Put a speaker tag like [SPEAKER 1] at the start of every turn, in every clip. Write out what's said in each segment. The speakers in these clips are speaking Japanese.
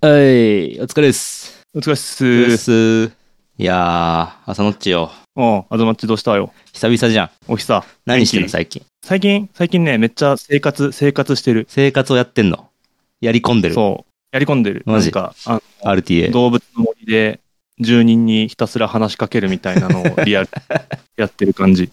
[SPEAKER 1] はい、お疲れです。
[SPEAKER 2] お疲れっ
[SPEAKER 1] お疲れっ
[SPEAKER 2] す。
[SPEAKER 1] す。いやー、朝のっちよ。
[SPEAKER 2] うん、アドマッチどうしたよ。
[SPEAKER 1] 久々じゃん。
[SPEAKER 2] おひさ。
[SPEAKER 1] 何してん
[SPEAKER 2] 元
[SPEAKER 1] の
[SPEAKER 2] 気
[SPEAKER 1] 最近。
[SPEAKER 2] 最近、最近ね、めっちゃ生活、生活してる。
[SPEAKER 1] 生活をやってんのやり込んでる。
[SPEAKER 2] そう。やり込んでる。
[SPEAKER 1] マジ
[SPEAKER 2] なんか、あの
[SPEAKER 1] RTA。
[SPEAKER 2] 動物の森で、住人にひたすら話しかけるみたいなの をリアルやってる感じ。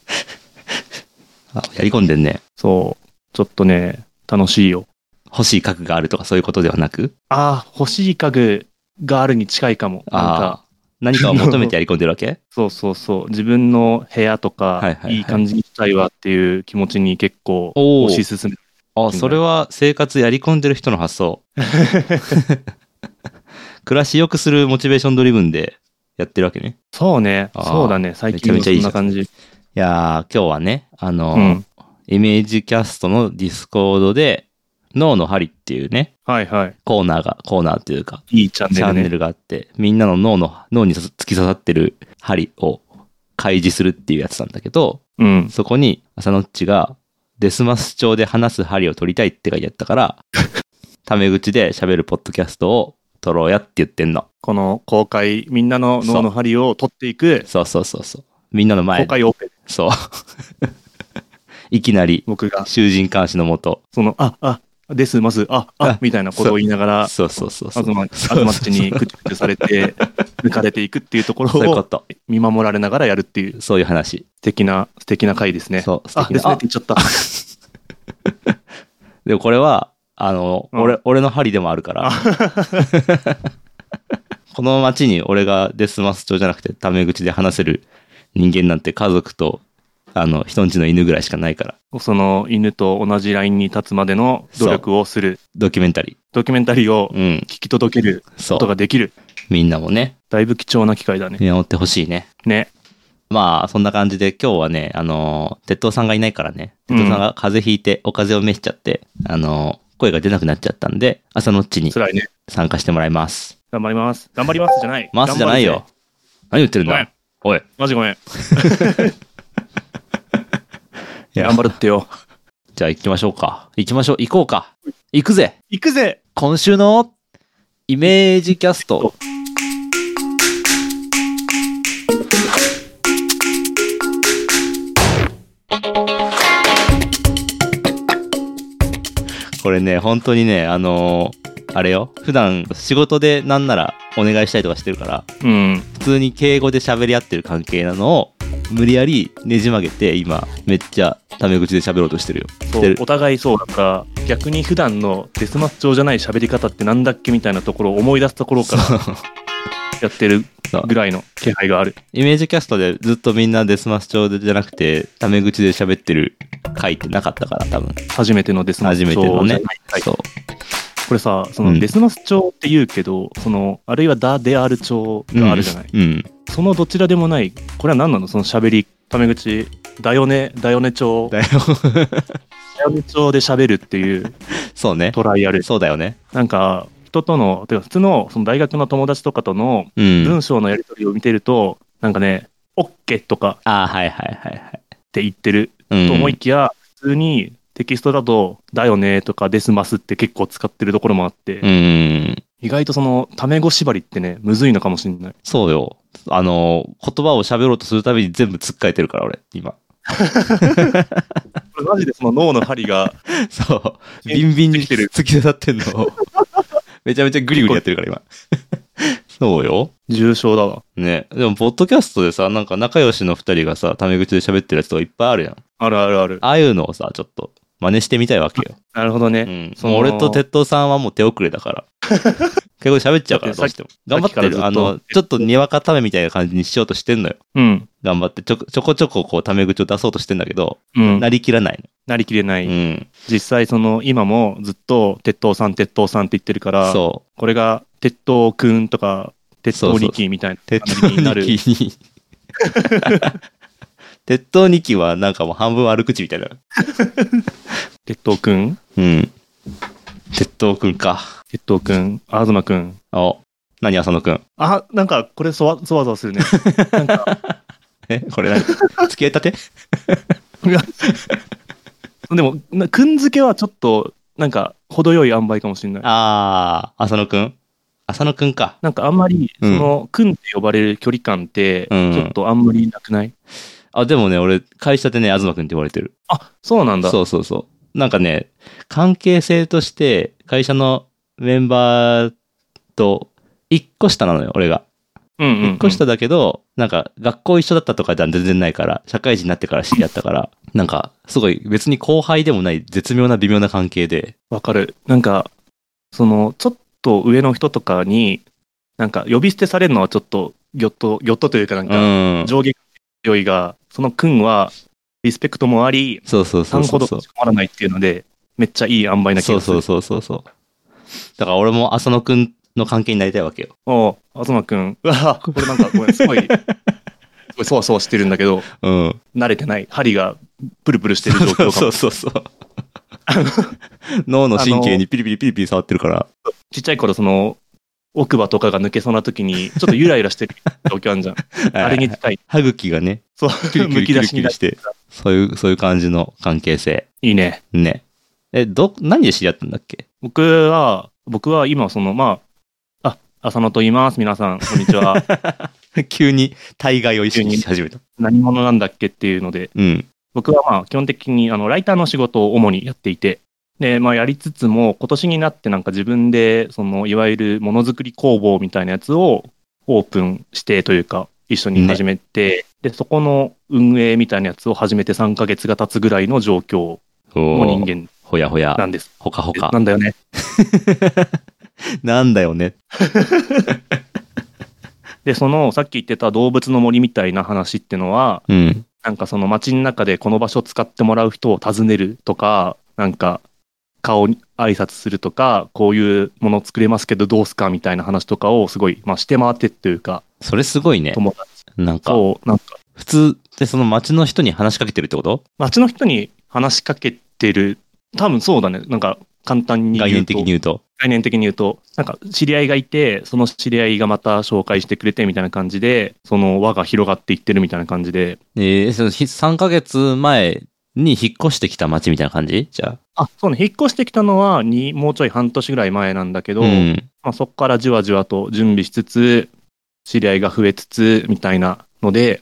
[SPEAKER 1] あやり込んでんね。
[SPEAKER 2] そう。ちょっとね、楽しいよ。
[SPEAKER 1] 欲しい核があるとかそういうことではなく
[SPEAKER 2] ああ、欲しい家具があるに近いかも。なん
[SPEAKER 1] あ
[SPEAKER 2] か、
[SPEAKER 1] あ。何かを求めてやり込んでるわ け
[SPEAKER 2] そうそうそう。自分の部屋とか、
[SPEAKER 1] はい
[SPEAKER 2] い
[SPEAKER 1] はい
[SPEAKER 2] い
[SPEAKER 1] はい
[SPEAKER 2] 感じにしたいわっていう気持ちに結構、
[SPEAKER 1] おー
[SPEAKER 2] 推し進め
[SPEAKER 1] あ、それは生活やり込んでる人の発 想。暮らし良くするモチベーションドリブンでやってるわけね。
[SPEAKER 2] そうね。
[SPEAKER 1] あー
[SPEAKER 2] そうだね。最近
[SPEAKER 1] めち
[SPEAKER 2] は
[SPEAKER 1] ゃめ
[SPEAKER 2] そ
[SPEAKER 1] ちゃいい
[SPEAKER 2] ん
[SPEAKER 1] じゃ
[SPEAKER 2] なん感じ。
[SPEAKER 1] いやー、今日はね、あのー
[SPEAKER 2] うん。
[SPEAKER 1] イメージキャストのディスコードで、脳の針っていうね、
[SPEAKER 2] はいはい。
[SPEAKER 1] コーナーが、コーナーっていうか、
[SPEAKER 2] いいチャンネ
[SPEAKER 1] チャ
[SPEAKER 2] ル
[SPEAKER 1] ン
[SPEAKER 2] ね。
[SPEAKER 1] ネルがあって、みんなの脳の、脳に突き刺さってる針を開示するっていうやつなんだけど、
[SPEAKER 2] うん。
[SPEAKER 1] そこに、朝のっちが、デスマス調で話す針を取りたいって書いてあったから、 タメ口で喋るポッドキャストを撮ろうやって言ってんの。
[SPEAKER 2] この公開、みんなの脳の針を取っていく、
[SPEAKER 1] そうそうそうそう。みんなの前
[SPEAKER 2] 公
[SPEAKER 1] で。
[SPEAKER 2] 開オペ、
[SPEAKER 1] そう。 いきなり、
[SPEAKER 2] 僕が、
[SPEAKER 1] 囚人監視のもと。
[SPEAKER 2] その、あ、あ、です、ます、あ、
[SPEAKER 1] あ
[SPEAKER 2] あ、みたいなことを言いながら、
[SPEAKER 1] そうそうそうそ
[SPEAKER 2] ア
[SPEAKER 1] う。
[SPEAKER 2] ズマ
[SPEAKER 1] そうそう
[SPEAKER 2] ッチにクチュクチュされて、抜かれていくっていうと こ
[SPEAKER 1] そういう
[SPEAKER 2] ろ
[SPEAKER 1] こ
[SPEAKER 2] を
[SPEAKER 1] と。
[SPEAKER 2] 見守られながらやるっていう、
[SPEAKER 1] そういう話。
[SPEAKER 2] 素敵な、素敵な回ですね。
[SPEAKER 1] そう、素
[SPEAKER 2] あ、
[SPEAKER 1] 敵
[SPEAKER 2] です
[SPEAKER 1] な。
[SPEAKER 2] ねっ
[SPEAKER 1] あ
[SPEAKER 2] て言っちゃった。
[SPEAKER 1] でもこれは、あの、
[SPEAKER 2] うん
[SPEAKER 1] 俺、俺の針でもある から、この街に俺がデスマス調じゃなくて、タメ口で話せる人間なんて家族と、あの、人んちの犬ぐらいしかないから、
[SPEAKER 2] その犬と同じラインに立つまでの努力をする、
[SPEAKER 1] ドキュメンタリ
[SPEAKER 2] ドキュメンタリーを
[SPEAKER 1] ー。うん、
[SPEAKER 2] 聞き届ける
[SPEAKER 1] そ
[SPEAKER 2] こと
[SPEAKER 1] う。
[SPEAKER 2] ができる。
[SPEAKER 1] みんなもね、
[SPEAKER 2] だいぶ貴重な機会だね。
[SPEAKER 1] 見守ってほしいね。
[SPEAKER 2] ね。
[SPEAKER 1] まあ、そんな感じで今日はね、あの、鉄塔さんがいないからね、鉄塔さんが風邪ひいて、お風邪を召しちゃって、あの、声が出なくなっちゃったんで、朝のっちに
[SPEAKER 2] 辛いね。
[SPEAKER 1] 参加してもらいます。
[SPEAKER 2] 頑張ります。頑張りますじゃない。
[SPEAKER 1] マスじゃないよ。何言ってるん
[SPEAKER 2] 頑張る
[SPEAKER 1] だ
[SPEAKER 2] ぜ。
[SPEAKER 1] おい。
[SPEAKER 2] マジごめん。
[SPEAKER 1] いや
[SPEAKER 2] 頑張るってよ。
[SPEAKER 1] じゃあ行きましょうか。行きましょう。行こうか。行くぜ
[SPEAKER 2] 行くぜ
[SPEAKER 1] 今週のイメージキャスト。これね、本当にね、あのーあれよ。普段仕事でなんならお願いしたりとかしてるから、
[SPEAKER 2] うん。
[SPEAKER 1] 普通に敬語で喋り合ってる関係なのを、無理やりねじ曲げて、今、めっちゃタメ口で喋ろうとしてるよ。
[SPEAKER 2] そ
[SPEAKER 1] て
[SPEAKER 2] う
[SPEAKER 1] る
[SPEAKER 2] お互いそうだから逆に普段のデスマス調じゃない喋り方ってなんだっけみたいなところを思い出すところから
[SPEAKER 1] そう
[SPEAKER 2] やってる
[SPEAKER 1] そう
[SPEAKER 2] ぐらいの気配がある
[SPEAKER 1] イメージキャストでずっとみんなデスマス調でじゃなくて、タメ口で喋ってる回ってなかったから、多分。
[SPEAKER 2] 初めてのデスマス
[SPEAKER 1] 初め
[SPEAKER 2] 調じ
[SPEAKER 1] て
[SPEAKER 2] ゃ
[SPEAKER 1] の
[SPEAKER 2] な
[SPEAKER 1] ね
[SPEAKER 2] い、。はい
[SPEAKER 1] そう。
[SPEAKER 2] これさそ
[SPEAKER 1] うん
[SPEAKER 2] のデスマス調って言うけど、そのあるいはダ・である調があるじゃない、
[SPEAKER 1] うん。うん
[SPEAKER 2] そのどちらでもないこれは何なのその喋りタメ口だよねだよね調だ
[SPEAKER 1] だよ。
[SPEAKER 2] よね調で喋るっていう
[SPEAKER 1] そうね。
[SPEAKER 2] トライアル
[SPEAKER 1] そうだよね。
[SPEAKER 2] なんか人とのてか普通のその大学の友達とかとの
[SPEAKER 1] うん。
[SPEAKER 2] 文章のやり取りを見てると、なんかね、OK とかっ
[SPEAKER 1] ああ、はいはいはいはい。
[SPEAKER 2] て言ってる
[SPEAKER 1] うん
[SPEAKER 2] と思いきや、普通にテキストだと、だよねとか、ですますって結構使ってるところもあって、
[SPEAKER 1] うん。
[SPEAKER 2] 意外とその、タメ語縛りってね、むずいのかもしれない。
[SPEAKER 1] そうよ。あの、言葉を喋ろうとするたびに全部つっかえてるから、俺、今。
[SPEAKER 2] これマジでその脳の針が、
[SPEAKER 1] そう。ビンビンに
[SPEAKER 2] つきてる
[SPEAKER 1] 突き刺さってんの。めちゃめちゃグリグリやってるから、今。そうよ。
[SPEAKER 2] 重症だわ。
[SPEAKER 1] ね。でも、ポッドキャストでさ、なんか仲良しの二人がさ、タメ口で喋ってるやつとかいっぱいあるやん。
[SPEAKER 2] あるあるある。
[SPEAKER 1] ああいうのをさ、ちょっと真似してみたいわけよ。
[SPEAKER 2] なるほど
[SPEAKER 1] う
[SPEAKER 2] ね。
[SPEAKER 1] ん。
[SPEAKER 2] そ
[SPEAKER 1] も
[SPEAKER 2] の
[SPEAKER 1] う俺と鉄道さんはもう手遅れだ から。結構喋っちゃうから、ど
[SPEAKER 2] だ
[SPEAKER 1] う
[SPEAKER 2] っ
[SPEAKER 1] してて
[SPEAKER 2] さ
[SPEAKER 1] も。頑張って
[SPEAKER 2] さっき
[SPEAKER 1] る。
[SPEAKER 2] か
[SPEAKER 1] あ
[SPEAKER 2] らずっと
[SPEAKER 1] の、ちょっとにわかためみたいな感じにしようとしてんのよ。
[SPEAKER 2] うん。
[SPEAKER 1] 頑張って、ちょこちょこちょここう、タメ口を出そうとしてんだけど、
[SPEAKER 2] うん。
[SPEAKER 1] な
[SPEAKER 2] な
[SPEAKER 1] りきらない
[SPEAKER 2] りきれない。
[SPEAKER 1] の。うん。
[SPEAKER 2] 実際その、今もずっと、鉄塔さん、鉄塔さんって言ってるから、
[SPEAKER 1] そ
[SPEAKER 2] これが、鉄塔くんとか、鉄
[SPEAKER 1] そう
[SPEAKER 2] 塔
[SPEAKER 1] そう。
[SPEAKER 2] 力みたいうな
[SPEAKER 1] 鉄
[SPEAKER 2] 感
[SPEAKER 1] 塔
[SPEAKER 2] じになる。
[SPEAKER 1] 二期に。 鉄塔二期はなんかもう半分悪口みたいな。
[SPEAKER 2] 鉄塔くん
[SPEAKER 1] うん。鉄塔くんか。
[SPEAKER 2] 鉄塔くん、あずまくん。
[SPEAKER 1] お、何浅野くん。
[SPEAKER 2] あ、なんか、これそわ、そわそわするね。なんか、
[SPEAKER 1] え、これ何付き合いたて
[SPEAKER 2] でも、なくん付けはちょっと、なんか、程よい塩梅かもしれない。
[SPEAKER 1] あー、浅野くん。浅野くんか。
[SPEAKER 2] なんかあんまり、そ
[SPEAKER 1] うん
[SPEAKER 2] の、くんって呼ばれる距離感って、ち
[SPEAKER 1] うん
[SPEAKER 2] ょっとあんまりなくない、
[SPEAKER 1] あ、でもね、俺、会社でね、東くんって言われてる。
[SPEAKER 2] あ、そうなんだ。
[SPEAKER 1] そうそうそう。なんかね、関係性として、会社のメンバーと、一個下なのよ、俺が。
[SPEAKER 2] うんうん、うん。
[SPEAKER 1] 一個下だけど、なんか、学校一緒だったとかでは全然ないから、社会人になってから知り合ったから、なんか、すごい別に後輩でもない絶妙な微妙な関係で、
[SPEAKER 2] わかる。なんか、その、ちょっと上の人とかに、なんか、呼び捨てされるのはちょっと、ぎょっと、ぎょっとというか、なん
[SPEAKER 1] う
[SPEAKER 2] か、
[SPEAKER 1] ん。
[SPEAKER 2] 上下強いが、その君は、リスペクトもあり、
[SPEAKER 1] そうそうそう
[SPEAKER 2] 3
[SPEAKER 1] そ
[SPEAKER 2] 個
[SPEAKER 1] う
[SPEAKER 2] ど
[SPEAKER 1] そう
[SPEAKER 2] こ。しか困らないっていうので、めっちゃいい塩梅な気
[SPEAKER 1] そう
[SPEAKER 2] がす
[SPEAKER 1] そ
[SPEAKER 2] る。
[SPEAKER 1] うそうそうそう。だから俺も浅野くんの関係になりたいわけよ。
[SPEAKER 2] おう、東くん。うわこれなんか、ごめん、すごい、すごい、そわそわしてるんだけど、
[SPEAKER 1] うん。
[SPEAKER 2] 慣れてない。針が、プルプルしてる状況
[SPEAKER 1] そう
[SPEAKER 2] か も。
[SPEAKER 1] そうそうそう。脳の神経にピリピリピリピリ触ってるから。
[SPEAKER 2] ちっちゃい頃、その、奥歯とかが抜けそうな時に、ちょっとゆらゆらしてる 状況あるじゃん。あれに近い。
[SPEAKER 1] 歯茎がね、
[SPEAKER 2] そう、
[SPEAKER 1] キュルキュ
[SPEAKER 2] む
[SPEAKER 1] ル
[SPEAKER 2] き
[SPEAKER 1] キュ
[SPEAKER 2] 出
[SPEAKER 1] ル
[SPEAKER 2] し
[SPEAKER 1] キュ
[SPEAKER 2] にな
[SPEAKER 1] ル
[SPEAKER 2] る
[SPEAKER 1] して、そういう、そういう感じの関係性。
[SPEAKER 2] いいね。
[SPEAKER 1] ね。え、ど、何で知り合ったんだっけ
[SPEAKER 2] 僕は、僕は今、その、まあ、あ、浅野と言います。皆さん、こんにち は。
[SPEAKER 1] 急に対外を意識し始めた。
[SPEAKER 2] 何者なんだっけっていうので、
[SPEAKER 1] うん。
[SPEAKER 2] 僕はまあ、基本的に、あの、ライターの仕事を主にやっていて、で、まあ、やりつつも、今年になってなんか自分で、その、いわゆるものづくり工房みたいなやつをオープンしてというか、一緒に始めて、で、そこの運営みたいなやつを始めて3ヶ月が経つぐらいの状況
[SPEAKER 1] お
[SPEAKER 2] の
[SPEAKER 1] ー
[SPEAKER 2] 人間
[SPEAKER 1] ほやほ
[SPEAKER 2] な
[SPEAKER 1] や、
[SPEAKER 2] んです。
[SPEAKER 1] ほかほ
[SPEAKER 2] な
[SPEAKER 1] か。
[SPEAKER 2] んだよね。
[SPEAKER 1] なんだよね。
[SPEAKER 2] で、その、さっき言ってた動物の森みたいな話ってのは、
[SPEAKER 1] うん。
[SPEAKER 2] なんかその街の中でこの場所使ってもらう人を訪ねるとか、なんか顔に挨拶するとか、こういうもの作れますけどどうすかみたいな話とかをすごい、まあ、して回ってっていうか、
[SPEAKER 1] それすごいね。
[SPEAKER 2] 友達
[SPEAKER 1] なんか、
[SPEAKER 2] と、なんか
[SPEAKER 1] 普通ってその街の人に話しかけてるってこと
[SPEAKER 2] 街の人に話しかけてる、多分そうだね、なんか簡単に言う
[SPEAKER 1] 概
[SPEAKER 2] と
[SPEAKER 1] 念的に言うと。
[SPEAKER 2] 概念的に言うと、なんか知り合いがいて、その知り合いがまた紹介してくれてみたいな感じで、その輪が広がっていってるみたいな感じで、
[SPEAKER 1] えー、そのひ3ヶ月前に引っ越してきた街みたいな感じじゃ
[SPEAKER 2] あ、そうね、引っ越してきたのはにもうちょい半年ぐらい前なんだけ
[SPEAKER 1] あ。
[SPEAKER 2] ど、
[SPEAKER 1] ん。
[SPEAKER 2] まあ、そこからじわじわと準備しつつ、知り合いが増えつつ、みたいなので、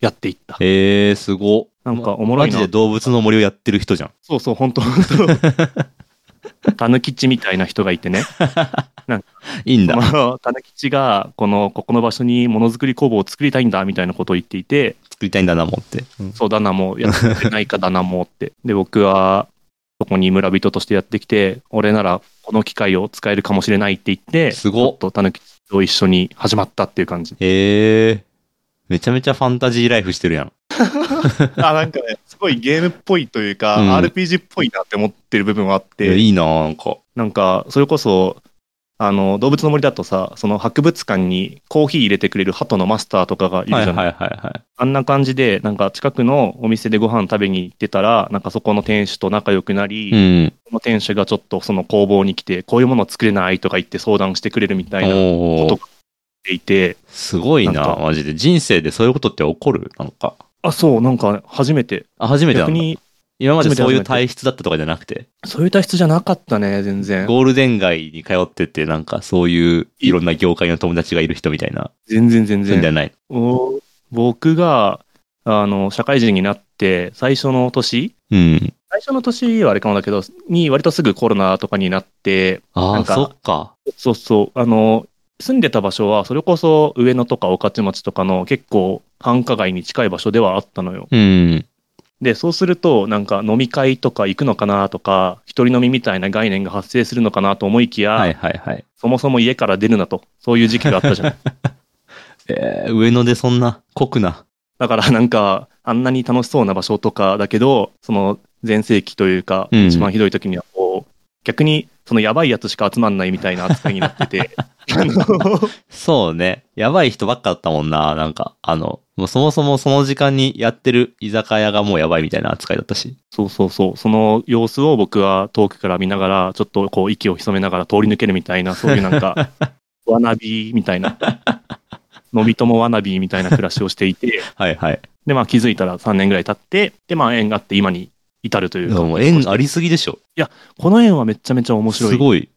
[SPEAKER 2] やっていった。
[SPEAKER 1] えー、すご。
[SPEAKER 2] なんかおもろいな
[SPEAKER 1] マジで動物の森をやってる人じゃん。
[SPEAKER 2] そうそう、本当本当たぬきちみたいな人がいてね。
[SPEAKER 1] いいん
[SPEAKER 2] こ
[SPEAKER 1] だ。
[SPEAKER 2] のたぬきちが、この、ここの場所にものづくり工房を作りたいんだ、みたいなことを言っていて、
[SPEAKER 1] 作りたいんだなもんって。
[SPEAKER 2] そうだな、もうやってないかだな、もうって。で、僕は、そこに村人としてやってきて、俺ならこの機械を使えるかもしれないって言って、
[SPEAKER 1] すご
[SPEAKER 2] ちょっとたぬきちと一緒に始まったっていう感じ。
[SPEAKER 1] えー、めちゃめちゃファンタジーライフしてるやん。
[SPEAKER 2] あなんかね、すごいゲームっぽいというか、
[SPEAKER 1] うん
[SPEAKER 2] RPG っぽいなって思ってる部分はあっ
[SPEAKER 1] いや
[SPEAKER 2] て、
[SPEAKER 1] いいななんか。
[SPEAKER 2] なんか、それこそ、あの、動物の森だとさ、その博物館にコーヒー入れてくれる鳩のマスターとかがいるじゃ
[SPEAKER 1] は
[SPEAKER 2] ないい、
[SPEAKER 1] はいはいはい。
[SPEAKER 2] あんな感じで、なんか近くのお店でご飯食べに行ってたら、なんかそこの店主と仲良くなり、
[SPEAKER 1] うん。
[SPEAKER 2] その店主がちょっとその工房に来て、こういうもの作れないとか言って相談してくれるみたい
[SPEAKER 1] お
[SPEAKER 2] なっこと
[SPEAKER 1] お
[SPEAKER 2] がていて、
[SPEAKER 1] すごいな
[SPEAKER 2] なんか
[SPEAKER 1] マジで。人生でそういうことって起こるなんか。
[SPEAKER 2] あ、そう、なんか初めて、
[SPEAKER 1] あ、初めてな
[SPEAKER 2] 逆
[SPEAKER 1] んだ。
[SPEAKER 2] に、
[SPEAKER 1] 今までそういう
[SPEAKER 2] 初めて初め
[SPEAKER 1] 体質だったとかじゃなくて、
[SPEAKER 2] そういう体質じゃなかったね、全然。
[SPEAKER 1] ゴールデン街に通ってて、なんかそういういろんな業界の友達がいる人みたいな、
[SPEAKER 2] 全然全
[SPEAKER 1] そういうん
[SPEAKER 2] 然
[SPEAKER 1] じゃ。ない。
[SPEAKER 2] お僕があの社会人になって最初の年
[SPEAKER 1] うん。
[SPEAKER 2] 最初の年はあれかもだけどに割とすぐコロナとかになって
[SPEAKER 1] あ
[SPEAKER 2] な
[SPEAKER 1] あ、
[SPEAKER 2] んか
[SPEAKER 1] そっか。
[SPEAKER 2] そうそうあの住んでた場所はそれこそ上野とか御徒町とかの結構繁華街に近い場所ではあったのよ
[SPEAKER 1] うん。
[SPEAKER 2] でそうするとなんか飲み会とか行くのかなとか一人飲みみたいな概念が発生するのかなと思いきや、
[SPEAKER 1] はいはいはい。
[SPEAKER 2] そもそも家から出るなとそういう時期があったじゃん
[SPEAKER 1] えー、上野でそんな酷な。
[SPEAKER 2] だからなんか、あんなに楽しそうな場所とかだけど、その全盛期というか、
[SPEAKER 1] うん
[SPEAKER 2] 一番ひどい時にはこう、逆にそのやばいやつしか集まんないみたいな扱いになっ てて、あの
[SPEAKER 1] そうね。やばい人ばっかだったもんな。なんか、あの、もうそもそもその時間にやってる居酒屋がもうやばいみたいな扱いだったし。
[SPEAKER 2] そうそうそう、その様子を僕は遠くから見ながら、ちょっとこう息を潜めながら通り抜けるみたいな、そういうなんか、 わなびみたいな、のびともわなびみたいな暮らしをしていて、
[SPEAKER 1] はいはい。
[SPEAKER 2] で、まあ気づいたら3年ぐらい経って、で、まあ縁があって今に至るというか、
[SPEAKER 1] もう縁ありすぎでしょ。
[SPEAKER 2] この縁はめっちゃめちゃ面白い。
[SPEAKER 1] すごい。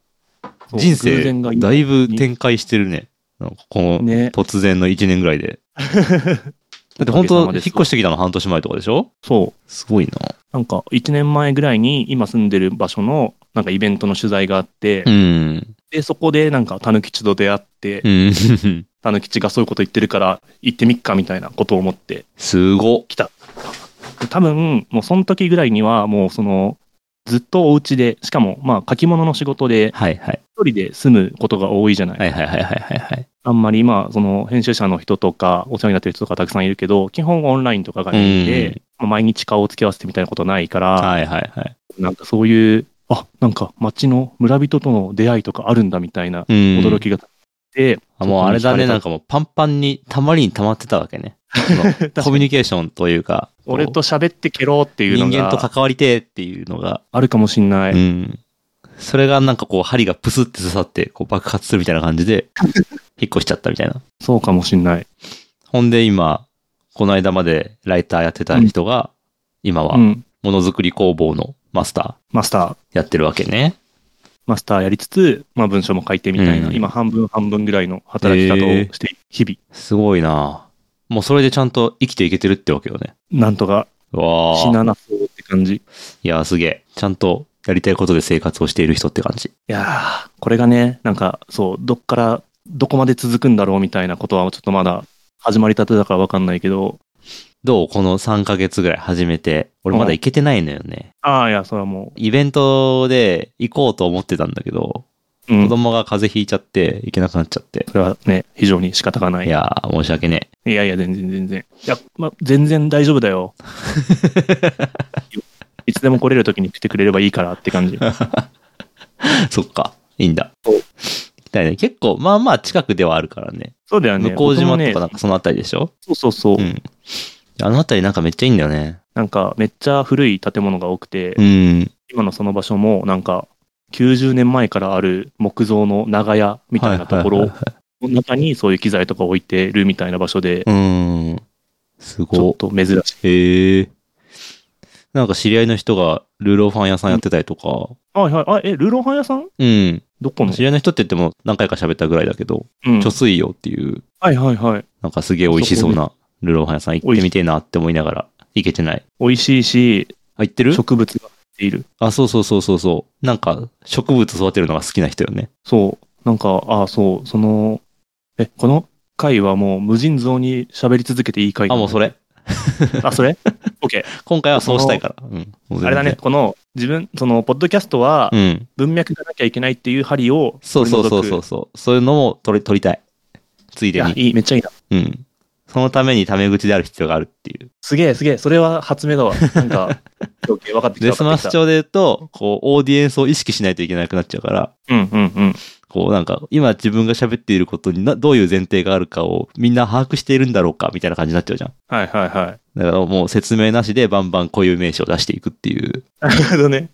[SPEAKER 2] そう
[SPEAKER 1] 人
[SPEAKER 2] 偶然が
[SPEAKER 1] 生、
[SPEAKER 2] 今
[SPEAKER 1] だいぶ展開してるね。なんかこの
[SPEAKER 2] ね
[SPEAKER 1] 突然の1年ぐらい で。だって本
[SPEAKER 2] お
[SPEAKER 1] 当
[SPEAKER 2] かげさま
[SPEAKER 1] 引っ
[SPEAKER 2] です
[SPEAKER 1] 越してきたの半年前とかでしょ
[SPEAKER 2] そう。
[SPEAKER 1] すごいな。
[SPEAKER 2] なんか、1年前ぐらいに今住んでる場所の、なんかイベントの取材があって、
[SPEAKER 1] うん。
[SPEAKER 2] で、そこでなんか、たぬきちと出会って、
[SPEAKER 1] うん。
[SPEAKER 2] たぬきちがそういうこと言ってるから、行ってみっかみたいなことを思って、
[SPEAKER 1] すご。
[SPEAKER 2] で多分、もうその時ぐらいには、もうその、ずっとお家で、しかも、まあ、書き物の仕事で、
[SPEAKER 1] はいはい。
[SPEAKER 2] 一人で住むことが多いじゃない。
[SPEAKER 1] はいはいはいはいはいはい。
[SPEAKER 2] あんまり、まあ、その、編集者の人とか、お世話になってる人とかたくさんいるけど、基本オンラインとかがメイン
[SPEAKER 1] うん
[SPEAKER 2] で、まあ毎日顔を付き合わせてみたいなことないから、
[SPEAKER 1] はいはいはい。
[SPEAKER 2] なんかそういう、あ、なんか街の村人との出会いとかあるんだみたいな
[SPEAKER 1] うん。
[SPEAKER 2] 驚きがあって、
[SPEAKER 1] あもうあれだね、なん
[SPEAKER 2] か。
[SPEAKER 1] かもうパンパンに、たまりに溜まってたわけ ね。その
[SPEAKER 2] かに
[SPEAKER 1] コミュニケーションというか、
[SPEAKER 2] 俺と喋ってけろっていう
[SPEAKER 1] 人
[SPEAKER 2] の
[SPEAKER 1] 間と
[SPEAKER 2] が
[SPEAKER 1] 関わりてえっていうのが、
[SPEAKER 2] あるかもしんな
[SPEAKER 1] う
[SPEAKER 2] い。
[SPEAKER 1] ん。それがなんかこう、針がプスって刺さって、こう爆発するみたいな感じ で、引っ越しちゃったみたいな。
[SPEAKER 2] そうかもしんない。
[SPEAKER 1] ほんで今、この間までライターやってた人が、今は
[SPEAKER 2] う、ん。
[SPEAKER 1] ものづくり工房のマスタ
[SPEAKER 2] マスター、
[SPEAKER 1] ーやってるわけね。
[SPEAKER 2] マスターやりつつ、まあ文章も書いてみたいな、
[SPEAKER 1] うん
[SPEAKER 2] 今半分半分ぐらいの働き方
[SPEAKER 1] へー
[SPEAKER 2] をして、日々、
[SPEAKER 1] すごいなもうそれでちゃんと生きていけてるってわけよね。
[SPEAKER 2] なんとか
[SPEAKER 1] うわ
[SPEAKER 2] 死
[SPEAKER 1] あ。
[SPEAKER 2] ななそうって感じ。い
[SPEAKER 1] いやーすげえ。ちゃんとやりたいことで生活をしている人って感じ。
[SPEAKER 2] やー、これがね、なんかそう、どっから、どこまで続くんだろうみたいなことはちょっとまだ始まりたてだからわかんないけど、
[SPEAKER 1] どうこの3ヶ月ぐらい始めて。俺まだ行けてないのよね。
[SPEAKER 2] ああ、いや、それはも
[SPEAKER 1] イベントで行こうと思ってたんだけど、
[SPEAKER 2] う、うん
[SPEAKER 1] 子、供が風邪ひいちゃって行けなくなっちゃって。
[SPEAKER 2] それはね、非常に仕方がない
[SPEAKER 1] い。やー申し訳ね
[SPEAKER 2] いやいや、全然全然。いや、まあ、全然大丈夫 だよ。いつでも来れるときに来てくれればいいからって感じ。
[SPEAKER 1] え。 そっか。いいんだ。
[SPEAKER 2] そう
[SPEAKER 1] 行きたいね。結構、まあまあ近くではあるからね。
[SPEAKER 2] そうだよね。
[SPEAKER 1] 向島とか
[SPEAKER 2] 僕も
[SPEAKER 1] なん
[SPEAKER 2] ね
[SPEAKER 1] かそのあたりでしょ
[SPEAKER 2] そうそうそう。
[SPEAKER 1] うん。あのあたりなんかめっちゃいいんだよね。
[SPEAKER 2] なんか、めっちゃ古い建物が多くて、
[SPEAKER 1] うん。
[SPEAKER 2] 今のその場所も、なんか、90年前からある木造の長屋みたいなとこ
[SPEAKER 1] はい
[SPEAKER 2] ろ
[SPEAKER 1] は
[SPEAKER 2] の中にそういう機材とか置いてるみたいな場所で、
[SPEAKER 1] うん。す
[SPEAKER 2] ちょ
[SPEAKER 1] ご
[SPEAKER 2] っ。と珍しい。
[SPEAKER 1] へえ。なんか知り合いの人がルーローファン屋さんやってたりとか。
[SPEAKER 2] あ、はいはい。あ、え、ルーロンハン屋さん
[SPEAKER 1] うん。
[SPEAKER 2] どこの
[SPEAKER 1] 知り合いの人って言っても何回か喋ったぐらいだけど、
[SPEAKER 2] うん
[SPEAKER 1] 貯水用っていう
[SPEAKER 2] はいはいはい。
[SPEAKER 1] なんかすげえ美味しそうなルーローハン屋さん行ってみてえなって思いながら行けてない。
[SPEAKER 2] 美味しいし、
[SPEAKER 1] あ、行ってる
[SPEAKER 2] 植物が入っている。
[SPEAKER 1] あ、そうそうそうそうそう。なんか植物育てるのが好きな人よね。
[SPEAKER 2] そう。なんか、ああ、そう、その、え、この回はもう無尽蔵に喋り続けていい回
[SPEAKER 1] あ、もうそれ。
[SPEAKER 2] あ、それ ?OK。
[SPEAKER 1] 今回はそうしたいから。うん。もう全然
[SPEAKER 2] あれだね、。この、自分、その、ポッドキャストは
[SPEAKER 1] う、ん。
[SPEAKER 2] 文脈がなきゃいけないっていう針を、
[SPEAKER 1] そうそうそうそう
[SPEAKER 2] 取り除く。
[SPEAKER 1] そう。そういうのも取り取りたい。つい
[SPEAKER 2] い
[SPEAKER 1] で
[SPEAKER 2] や、
[SPEAKER 1] に。
[SPEAKER 2] いい、めっちゃいいな。
[SPEAKER 1] うん。そのためにタメ口である必要があるっていう。
[SPEAKER 2] すげえ、すげえ、それは初めだわ。な んか、OK、分かってきた。
[SPEAKER 1] デスマス
[SPEAKER 2] ょ
[SPEAKER 1] 調で言うと、こう、オーディエンスを意識しないといけなくなっちゃうから、
[SPEAKER 2] うんうんうん。
[SPEAKER 1] こう、なんか、今自分が喋っていることにな、どういう前提があるかをみんな把握しているんだろうか、みたいな感じになっちゃうじゃん。
[SPEAKER 2] はいはいはい。
[SPEAKER 1] だからもう説明なしでバンバン固有名詞を出していくっていう。
[SPEAKER 2] なるほどね。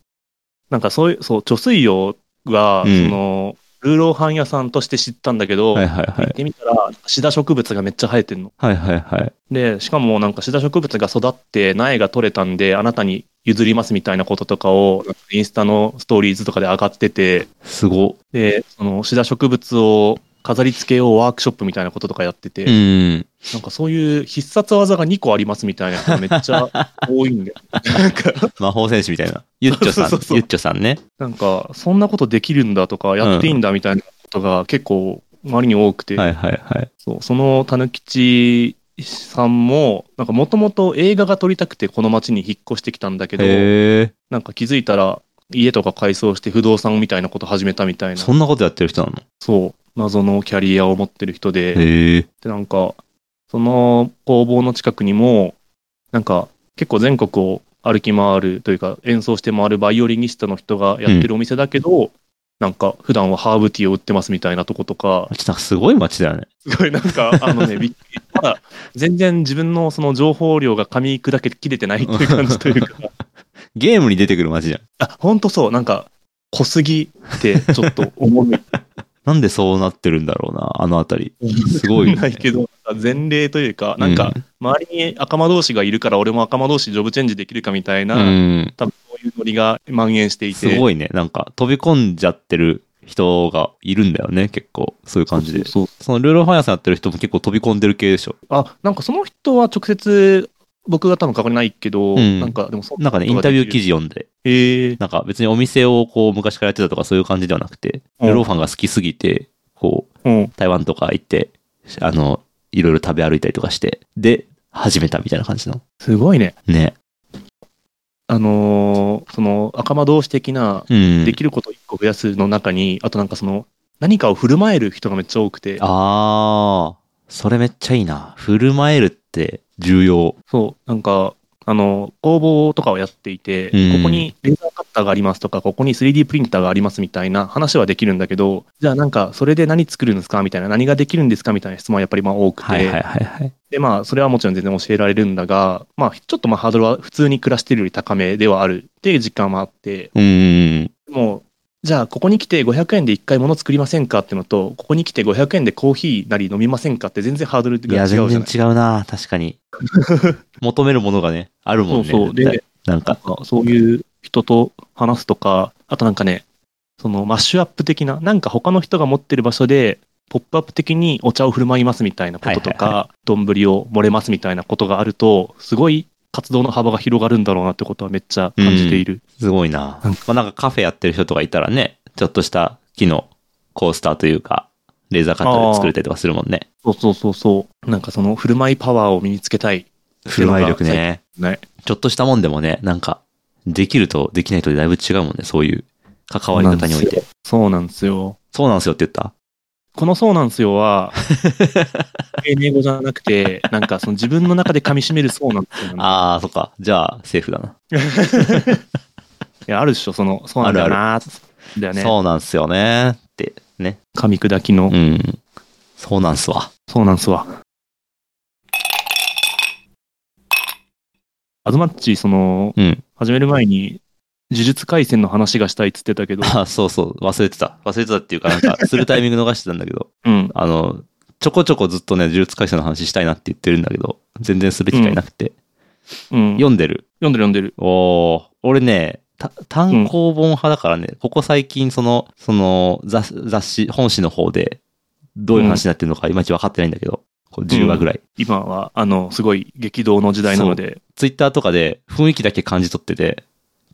[SPEAKER 2] なんか、そういう、そう、貯水用が、
[SPEAKER 1] うん
[SPEAKER 2] その、ルーローハン屋さんとして知ったんだけど、
[SPEAKER 1] はいはいは
[SPEAKER 2] 行っ
[SPEAKER 1] い。
[SPEAKER 2] てみたら、なんかシダ植物がめっちゃ生えてんの。
[SPEAKER 1] はいはいはい。
[SPEAKER 2] で、しかもなんかシダ植物が育って苗が取れたんで、あなたに譲りますみたいなこととかを、なんかインスタのストーリーズとかで上がってて、
[SPEAKER 1] すご。
[SPEAKER 2] で、そのシダ植物を飾り付けようワークショップみたいなこととかやってて、
[SPEAKER 1] うん。
[SPEAKER 2] なんかそういう必殺技が2個ありますみたいなやつがめっちゃ多い んだよ。なんか、
[SPEAKER 1] 魔法戦士みたいな。ゆっちょさん、
[SPEAKER 2] そうそうそう
[SPEAKER 1] ゆっちょさんね。
[SPEAKER 2] なんか、そんなことできるんだとか、やっていいんだみたいなことが結構周りに多くて、
[SPEAKER 1] はいはいはい。
[SPEAKER 2] そうそのたぬきちさんも、なんかもともと映画が撮りたくてこの町に引っ越してきたんだけど、
[SPEAKER 1] へえ。
[SPEAKER 2] なんか気づいたら家とか改装して不動産みたいなこと始めたみたいな、
[SPEAKER 1] そんなことやってる人なの
[SPEAKER 2] そう、謎のキャリアを持ってる人で、
[SPEAKER 1] へえ。
[SPEAKER 2] で、なんか、その工房の近くにも、なんか結構全国を歩き回るというか演奏して回るバイオリニストの人がやってるお店だけど、なんか普段はハーブティーを売ってますみたいなとことか、
[SPEAKER 1] ちょっとなんかすごい街だよね。
[SPEAKER 2] すごいなんか、あのね、びっくり。まだ、全然自分のその情報量が噛み砕け切れてないっていう感じという か、
[SPEAKER 1] ゲームに出てくる街じゃん。
[SPEAKER 2] あ、ほんとそう、なんか、濃すぎて、ちょっと思い。
[SPEAKER 1] なんでそうなってるんだろうな、あのあた り。すごいよね
[SPEAKER 2] ないけど、なんか前例というか、なんか、周りに赤間同士がいるから、俺も赤間同士ジョブチェンジできるかみたいうな、
[SPEAKER 1] ん。
[SPEAKER 2] 多分そういうノリが蔓延していて、
[SPEAKER 1] すごいね。なんか飛び込んじゃってる人がいるんだよね、結構。そういう感じで。
[SPEAKER 2] そうそう
[SPEAKER 1] そのルーローファイアさんやってる人も結構飛び込んでる系でしょ。
[SPEAKER 2] あ、なんかその人は直接、僕が多分関わりないけど、
[SPEAKER 1] うん
[SPEAKER 2] なんかでもそ
[SPEAKER 1] なんかね、インタビュー記
[SPEAKER 2] 事。
[SPEAKER 1] 事読んで、
[SPEAKER 2] ええ
[SPEAKER 1] なんか別にお店をこう昔からやってたとかそういう感じではなくて、
[SPEAKER 2] うん
[SPEAKER 1] ルーローファンが好きすぎて、こう、
[SPEAKER 2] うん。
[SPEAKER 1] 台湾とか行って、あの、いろいろ食べ歩いたりとかして、で、始めたみたいな感じの。
[SPEAKER 2] すごいね。
[SPEAKER 1] ね。
[SPEAKER 2] あのーその赤間同士的な、
[SPEAKER 1] うん。
[SPEAKER 2] できることを一個増やすの中に、あとなんかその、何かを振る舞える人がめっちゃ多くて、
[SPEAKER 1] ああ、それめっちゃいいな。振る舞えるって重要。
[SPEAKER 2] そう、なんか、あの、工房とかをやっていて、
[SPEAKER 1] うん
[SPEAKER 2] ここにレーザーカッターがありますとか、ここに 3D プリンターがありますみたいな話はできるんだけど、じゃあなんか、それで何作るんですかみたいな、何ができるんですかみたいな質問はやっぱりまあ多くて、
[SPEAKER 1] はいはいはいはい。
[SPEAKER 2] で、まあ、それはもちろん全然教えられるんだが、まあ、ちょっとまあ、ハードルは普通に暮らしてるより高めではあるっていう実感もあって、
[SPEAKER 1] うん。
[SPEAKER 2] もう、じゃあ、ここに来て500円で1回物作りませんかってのと、ここに来て500円でコーヒーなり飲みませんかって全然ハードル
[SPEAKER 1] い
[SPEAKER 2] が違
[SPEAKER 1] や、
[SPEAKER 2] うじゃ
[SPEAKER 1] 全
[SPEAKER 2] ない
[SPEAKER 1] 然違うな。確かに。 求めるものがね、あるもんね。
[SPEAKER 2] そうそうで
[SPEAKER 1] 絶対なん
[SPEAKER 2] なん
[SPEAKER 1] か、
[SPEAKER 2] かそういう人と話すとか、あとなんかね、そのマッシュアップ的な、なんか他の人が持ってる場所で、ポップアップ的にお茶を振る舞いますみたいなことと
[SPEAKER 1] はいは
[SPEAKER 2] か、丼、を盛れますみたいなことがあると、すごい活動の幅が広がるんだろうなってことはめっちゃ感じている。
[SPEAKER 1] すごいな。
[SPEAKER 2] うん
[SPEAKER 1] まあ、なんかカフェやってる人とかいたらね、ちょっとした木のコースターというか、レーザーカッターで作れたりとかするもんね。
[SPEAKER 2] そうそうそうそう。なんかその振る舞いパワーを身につけたい。
[SPEAKER 1] 振る舞い力
[SPEAKER 2] っていうの
[SPEAKER 1] ね。
[SPEAKER 2] が。ね。
[SPEAKER 1] ちょっとしたもんでもね、なんか、できるとできないとでだいぶ違うもんね、そういう関わり方において。
[SPEAKER 2] そうなんですよ。
[SPEAKER 1] そうなんですよって言った。
[SPEAKER 2] このそうなんすよ は、英語じゃなくて、なんかその自分の中で噛み締めるそうなんすよなんだ
[SPEAKER 1] ああ、そっか。じゃあ、セーフだな。
[SPEAKER 2] いや、あるでしょ、その、そうなんだよなだよね。
[SPEAKER 1] そうなんすよね。って、ね。
[SPEAKER 2] 噛み砕きの、
[SPEAKER 1] うん。そうなんすわ。
[SPEAKER 2] そうなんすわ。アズマッチ、その、
[SPEAKER 1] うん。
[SPEAKER 2] 始める前に、呪術廻戦の話がしたいっつってた けど、
[SPEAKER 1] あそうそう。忘れてた。忘れてたっていうか、なんか、するタイミング逃してたんだけど、
[SPEAKER 2] うん。
[SPEAKER 1] あの、ちょこちょこずっとね、呪術廻戦の話したいなって言ってるんだけど、全然する機会なくて。
[SPEAKER 2] うん、読
[SPEAKER 1] 読んでる。
[SPEAKER 2] んでる読んでる。
[SPEAKER 1] おー俺ね、た単行本派だからね、ここ最近その、その雑雑誌、本誌の方で、どういう話になってるのかいまいち分かってないんだけど、こう10話ぐらい。
[SPEAKER 2] 今は、あの、すごい激動の時代なので、
[SPEAKER 1] ツイッターとかで雰囲気だけ感じ取ってて、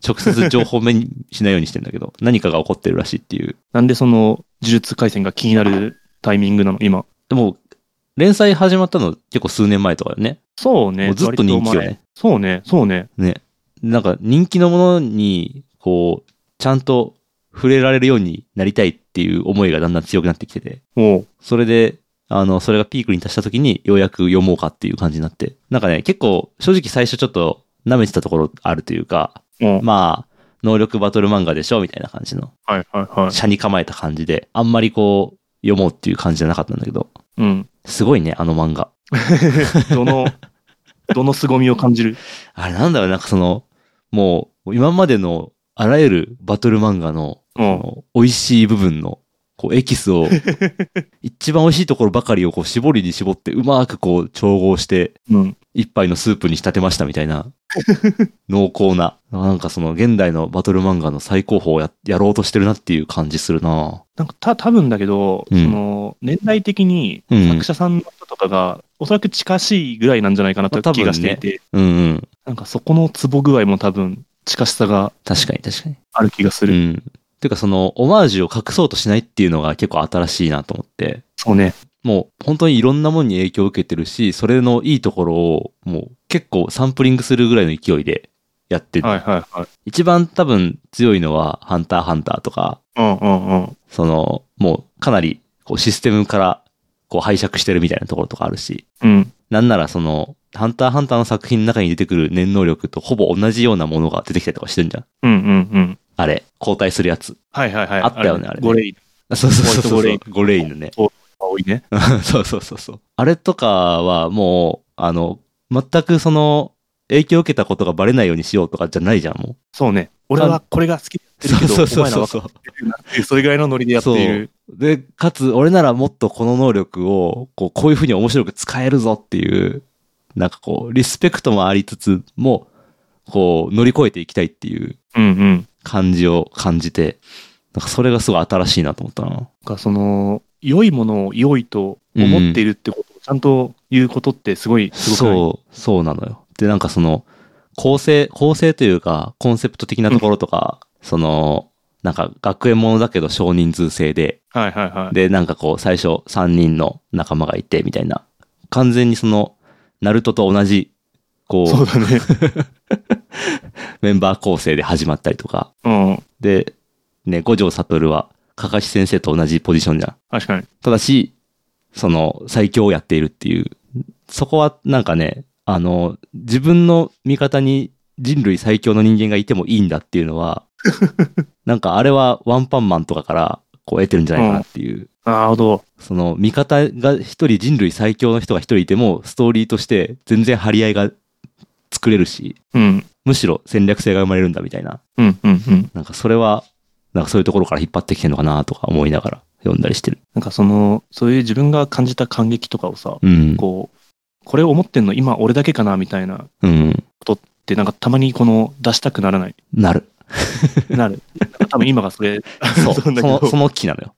[SPEAKER 1] 直接情報目にしないようにしてんだけど、 何かが起こってるらしいっていう。
[SPEAKER 2] なんでその、呪術廻戦が気になるタイミングなの、今。
[SPEAKER 1] でも、連載始まったの結構数年前とかだよね。
[SPEAKER 2] そうね、
[SPEAKER 1] もうずっと人気よ
[SPEAKER 2] 割
[SPEAKER 1] ね。
[SPEAKER 2] 前そうね、そうね。
[SPEAKER 1] ね。なんか人気のものに、こう、ちゃんと触れられるようになりたいっていう思いがだんだん強くなってきてて。
[SPEAKER 2] もう、
[SPEAKER 1] それで、あの、それがピークに達した時にようやく読もうかっていう感じになって。なんかね、結構正直最初ちょっと舐めてたところあるというか、
[SPEAKER 2] もう、
[SPEAKER 1] まあ、能力バトル漫画でしょみたいな感じの、
[SPEAKER 2] はいはいはい。
[SPEAKER 1] 車に構えた感じで、あんまりこう、読もうっていう感じじゃなかったんだけど、
[SPEAKER 2] うん。
[SPEAKER 1] すごいね、あの漫画。
[SPEAKER 2] どの、どの凄みを感じる
[SPEAKER 1] あれなんだろう、なんかその、もう、今までのあらゆるバトル漫画の、
[SPEAKER 2] う
[SPEAKER 1] そ
[SPEAKER 2] ん。
[SPEAKER 1] の美味しい部分の、こう、エキスを、一番美味しいところばかりをこう、絞りに絞って、うまくこう、調合して、
[SPEAKER 2] うん。
[SPEAKER 1] 一杯のスープに仕立てましたみたいな、濃厚な、なんかその現代のバトル漫画の最高峰をややろうとしてるなっていう感じするな
[SPEAKER 2] なんかた、多分だけど、
[SPEAKER 1] うん
[SPEAKER 2] その、年代的に
[SPEAKER 1] うん
[SPEAKER 2] 作者さんの人とかが、おそらく近しいぐらいなんじゃないかなと
[SPEAKER 1] まあ多分
[SPEAKER 2] 気
[SPEAKER 1] ね
[SPEAKER 2] がしていて、
[SPEAKER 1] うんうん。
[SPEAKER 2] なんかそこのツボ具合も多分、近しさが
[SPEAKER 1] 確かに確かに。
[SPEAKER 2] ある気がす
[SPEAKER 1] う
[SPEAKER 2] る。
[SPEAKER 1] ん。ていうかその、オマージュを隠そうとしないっていうのが結構新しいなと思って、
[SPEAKER 2] そうね。
[SPEAKER 1] もう本当にいろんなものに影響を受けてるし、それのいいところをもう結構サンプリングするぐらいの勢いでやってる。
[SPEAKER 2] はいはいはい。
[SPEAKER 1] 一番多分強いのは、ハンターハンターとか、
[SPEAKER 2] うんうんうん。
[SPEAKER 1] その、もうかなりこうシステムからこう拝借してるみたいなところとかあるし、
[SPEAKER 2] うん。
[SPEAKER 1] なんならその、ハンターハンターの作品の中に出てくる念能力とほぼ同じようなものが出てきたりとかしてるんじゃん。
[SPEAKER 2] うんうんうん。
[SPEAKER 1] あれ、交代するやつ。
[SPEAKER 2] はいはいはい。
[SPEAKER 1] あったよねあれね
[SPEAKER 2] ゴレイの
[SPEAKER 1] あそうそうそうそう。
[SPEAKER 2] ホワイ
[SPEAKER 1] ゴレインのね。
[SPEAKER 2] 青いね。
[SPEAKER 1] そうそうそうそう。あれとかはもう、あの、全くその、影響を受けたことがバレないようにしようとかじゃないじゃん、も
[SPEAKER 2] そうね。俺はこれが好きでやって
[SPEAKER 1] う。
[SPEAKER 2] るけど、
[SPEAKER 1] そうそう
[SPEAKER 2] お前ら
[SPEAKER 1] そう
[SPEAKER 2] は分
[SPEAKER 1] そう。
[SPEAKER 2] かってるなっていうそれぐらいのノリでやっている。
[SPEAKER 1] で、かつ、俺ならもっとこの能力を、こう、こういうふうに面白く使えるぞっていう、なんかこう、リスペクトもありつつも、こう、乗り越えていきたいっていう
[SPEAKER 2] うんうん。
[SPEAKER 1] 感じを感じて、なんかそれがすごい新しいなと思ったな。
[SPEAKER 2] かその良いものを良いと思っているってことをちゃんと言うことってすごい、すごくない
[SPEAKER 1] そう、そうなのよ。で、なんかその、構成、構成というか、コンセプト的なところとか、その、なんか学園ものだけど少人数制で、
[SPEAKER 2] はいはいはい。
[SPEAKER 1] で、なんかこう、最初3人の仲間がいて、みたいな。完全にその、ナルトと同じ、こ
[SPEAKER 2] そう
[SPEAKER 1] う、
[SPEAKER 2] だね。
[SPEAKER 1] メンバー構成で始まったりとか。
[SPEAKER 2] うん。
[SPEAKER 1] で、ね、五条悟は、かかし先生と同じポジションじゃん。
[SPEAKER 2] 確かに。
[SPEAKER 1] ただし、その、最強をやっているっていう。そこは、なんかね、あの、自分の味方に人類最強の人間がいてもいいんだっていうのは、なんかあれはワンパンマンとかから、こう得てるんじゃないかなっていう。
[SPEAKER 2] なるほど。
[SPEAKER 1] その、味方が一人、人類最強の人が一人いても、ストーリーとして全然張り合いが作れるし、
[SPEAKER 2] うん。
[SPEAKER 1] むしろ戦略性が生まれるんだみたいな。
[SPEAKER 2] うんうんうん。
[SPEAKER 1] なんかそれは、なんかそういうところから引っ張ってきてるのかなとか思いながら読んだりしてる。
[SPEAKER 2] なんかその、そういう自分が感じた感激とかをさ、
[SPEAKER 1] うん。
[SPEAKER 2] こう、これ思ってんの今俺だけかなみたいなっ
[SPEAKER 1] うん。
[SPEAKER 2] て、なんかたまにこの出したくならない。
[SPEAKER 1] なる。
[SPEAKER 2] なる。なんか多分今がそれ、
[SPEAKER 1] そう。
[SPEAKER 2] そ
[SPEAKER 1] そう
[SPEAKER 2] だけど
[SPEAKER 1] の、その気なのよ。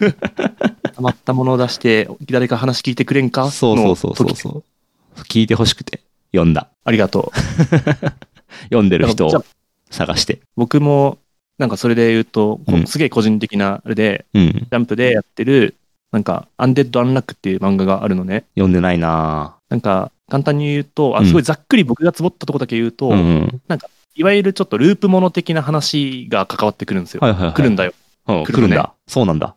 [SPEAKER 2] 溜まったものを出して、誰か話聞いてくれんか
[SPEAKER 1] そうそうそうそう
[SPEAKER 2] の時
[SPEAKER 1] そう。聞いてほしくて、読んだ。
[SPEAKER 2] ありがと
[SPEAKER 1] 読んで
[SPEAKER 2] う。
[SPEAKER 1] る人
[SPEAKER 2] じゃあ
[SPEAKER 1] を探して。
[SPEAKER 2] 僕も、なんかそれで言うと、こう
[SPEAKER 1] うん
[SPEAKER 2] すげえ個人的なあれで、
[SPEAKER 1] うん。
[SPEAKER 2] ジャンプでやってる、なんか、アンデッド・アンラックっていう漫画があるのね。
[SPEAKER 1] 読んでないな
[SPEAKER 2] なんか、簡単に言うと、
[SPEAKER 1] う
[SPEAKER 2] あ、
[SPEAKER 1] ん
[SPEAKER 2] すごいざっくり僕がつぼったとこだけ言うと、
[SPEAKER 1] ぁうんうん。
[SPEAKER 2] いわゆるちょっとループもの的な話が関わってくるんですよ。
[SPEAKER 1] はいはいはい。
[SPEAKER 2] 来るんだよ。
[SPEAKER 1] うん。
[SPEAKER 2] 来る
[SPEAKER 1] 来るん
[SPEAKER 2] ね
[SPEAKER 1] だ。そうなんだ。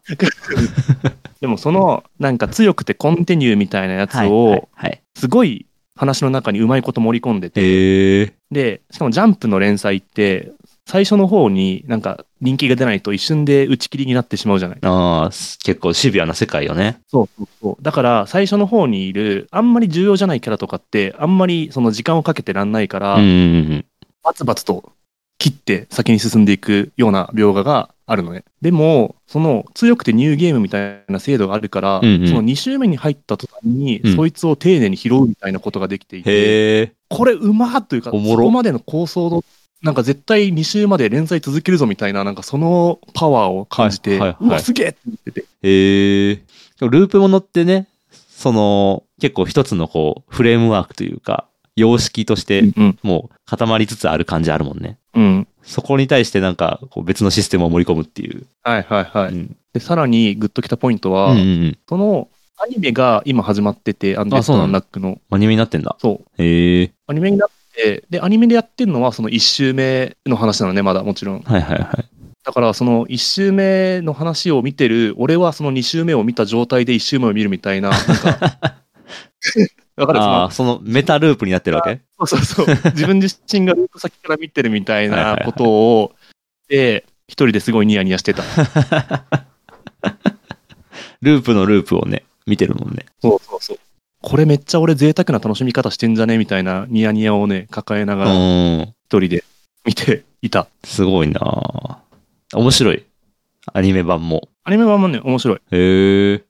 [SPEAKER 2] でもその、なんか強くてコンティニューみたいなやつ
[SPEAKER 1] はいはい
[SPEAKER 2] を、
[SPEAKER 1] はい。
[SPEAKER 2] すごい話の中にうまいこと盛り込んでて、
[SPEAKER 1] へえ。
[SPEAKER 2] で、しかもジャンプの連載って、最初の方になんか人気が出ないと一瞬で打ち切りになってしまうじゃない。
[SPEAKER 1] ああ、結構シビアな世界よね。
[SPEAKER 2] そうそうそう。だから最初の方にいる、あんまり重要じゃないキャラとかって、あんまりその時間をかけてらんないから、
[SPEAKER 1] うんうんうん。
[SPEAKER 2] バツバツと切って先に進んでいくような描画があるのね。でも、その強くてニューゲームみたいな制度があるから、
[SPEAKER 1] うんうん
[SPEAKER 2] その2周目に入った途端に、
[SPEAKER 1] うん
[SPEAKER 2] そいつを丁寧に拾うみたいなことができていて、
[SPEAKER 1] へえ。
[SPEAKER 2] これうまーというか、そ
[SPEAKER 1] おもろ
[SPEAKER 2] こまでの構想の、なんか絶対2周まで連載続けるぞみたいな、なんかそのパワーを感じて、
[SPEAKER 1] はいはいはいう
[SPEAKER 2] わ、すげえって言ってて。
[SPEAKER 1] へえ。ループものってね、その、結構一つのこう、フレームワークというか、様式として、
[SPEAKER 2] うん。
[SPEAKER 1] もう固まりつつある感じあるもんね。
[SPEAKER 2] うん。
[SPEAKER 1] そこに対してなんか、こう別のシステムを盛り込むっていう。
[SPEAKER 2] はいはいは
[SPEAKER 1] う
[SPEAKER 2] い。
[SPEAKER 1] ん
[SPEAKER 2] で、さらにグッときたポイントは、
[SPEAKER 1] うんうんうん。
[SPEAKER 2] そのアニメが今始まってて、アンデ
[SPEAKER 1] あ
[SPEAKER 2] ッ
[SPEAKER 1] そう
[SPEAKER 2] ド・
[SPEAKER 1] な
[SPEAKER 2] ア
[SPEAKER 1] ん
[SPEAKER 2] ン
[SPEAKER 1] だ
[SPEAKER 2] ラックの、
[SPEAKER 1] アニメになってんだ。
[SPEAKER 2] そう、
[SPEAKER 1] へえ。
[SPEAKER 2] アニメになって、で、アニメでやってるのはその1周目の話なのね、まだもちろん。
[SPEAKER 1] はいはいはい。
[SPEAKER 2] だからその1周目の話を見てる、俺はその2周目を見た状態で1周目を見るみたい な、なんか。わかる
[SPEAKER 1] ああ、そのメタループになってるわけ
[SPEAKER 2] そのそうそうそう。自分自身がルート先から見てるみたいなことを、で、一人ですごいニヤニヤしてた。
[SPEAKER 1] ループのループをね、見てるもんね。
[SPEAKER 2] そうそうそう。これめっちゃ俺贅沢な楽しみ方してんじゃねみたいなニヤニヤをね、抱えながら一
[SPEAKER 1] うん。
[SPEAKER 2] 人で見ていた。
[SPEAKER 1] すごいなあ面白い。アニメ版も。
[SPEAKER 2] アニメ版もね、面白い。
[SPEAKER 1] へえ。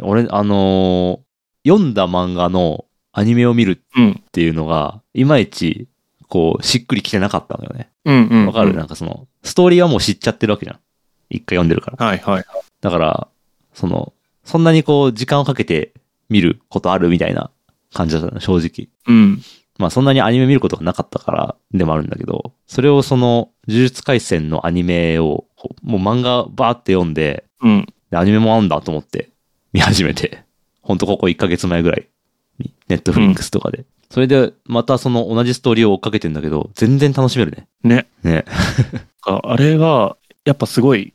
[SPEAKER 1] 俺、あのー読んだ漫画のアニメを見る
[SPEAKER 2] うん。
[SPEAKER 1] っていうのが、いまいち、こう、しっくりきてなかったのよね。
[SPEAKER 2] うんうん。
[SPEAKER 1] わかるなんかその、ストーリーはもう知っちゃってるわけじゃん。一回読んでるから。
[SPEAKER 2] はいはい。
[SPEAKER 1] だから、その、そんなにこう、時間をかけて見ることあるみたいな感じだったの、正直。
[SPEAKER 2] うん。
[SPEAKER 1] まあそんなにアニメ見ることがなかったからでもあるんだけど、それをその、呪術廻戦のアニメを、こうもう漫画バーって読んで、
[SPEAKER 2] うん。
[SPEAKER 1] でアニメもあんだと思って見始めて、ほんとここ1ヶ月前ぐらいに、ネットフリックスとかで。それで、またその同じストーリーを追っかけてんだけど、全然楽しめるね。
[SPEAKER 2] ね。
[SPEAKER 1] ね。
[SPEAKER 2] かあれが、やっぱすごい、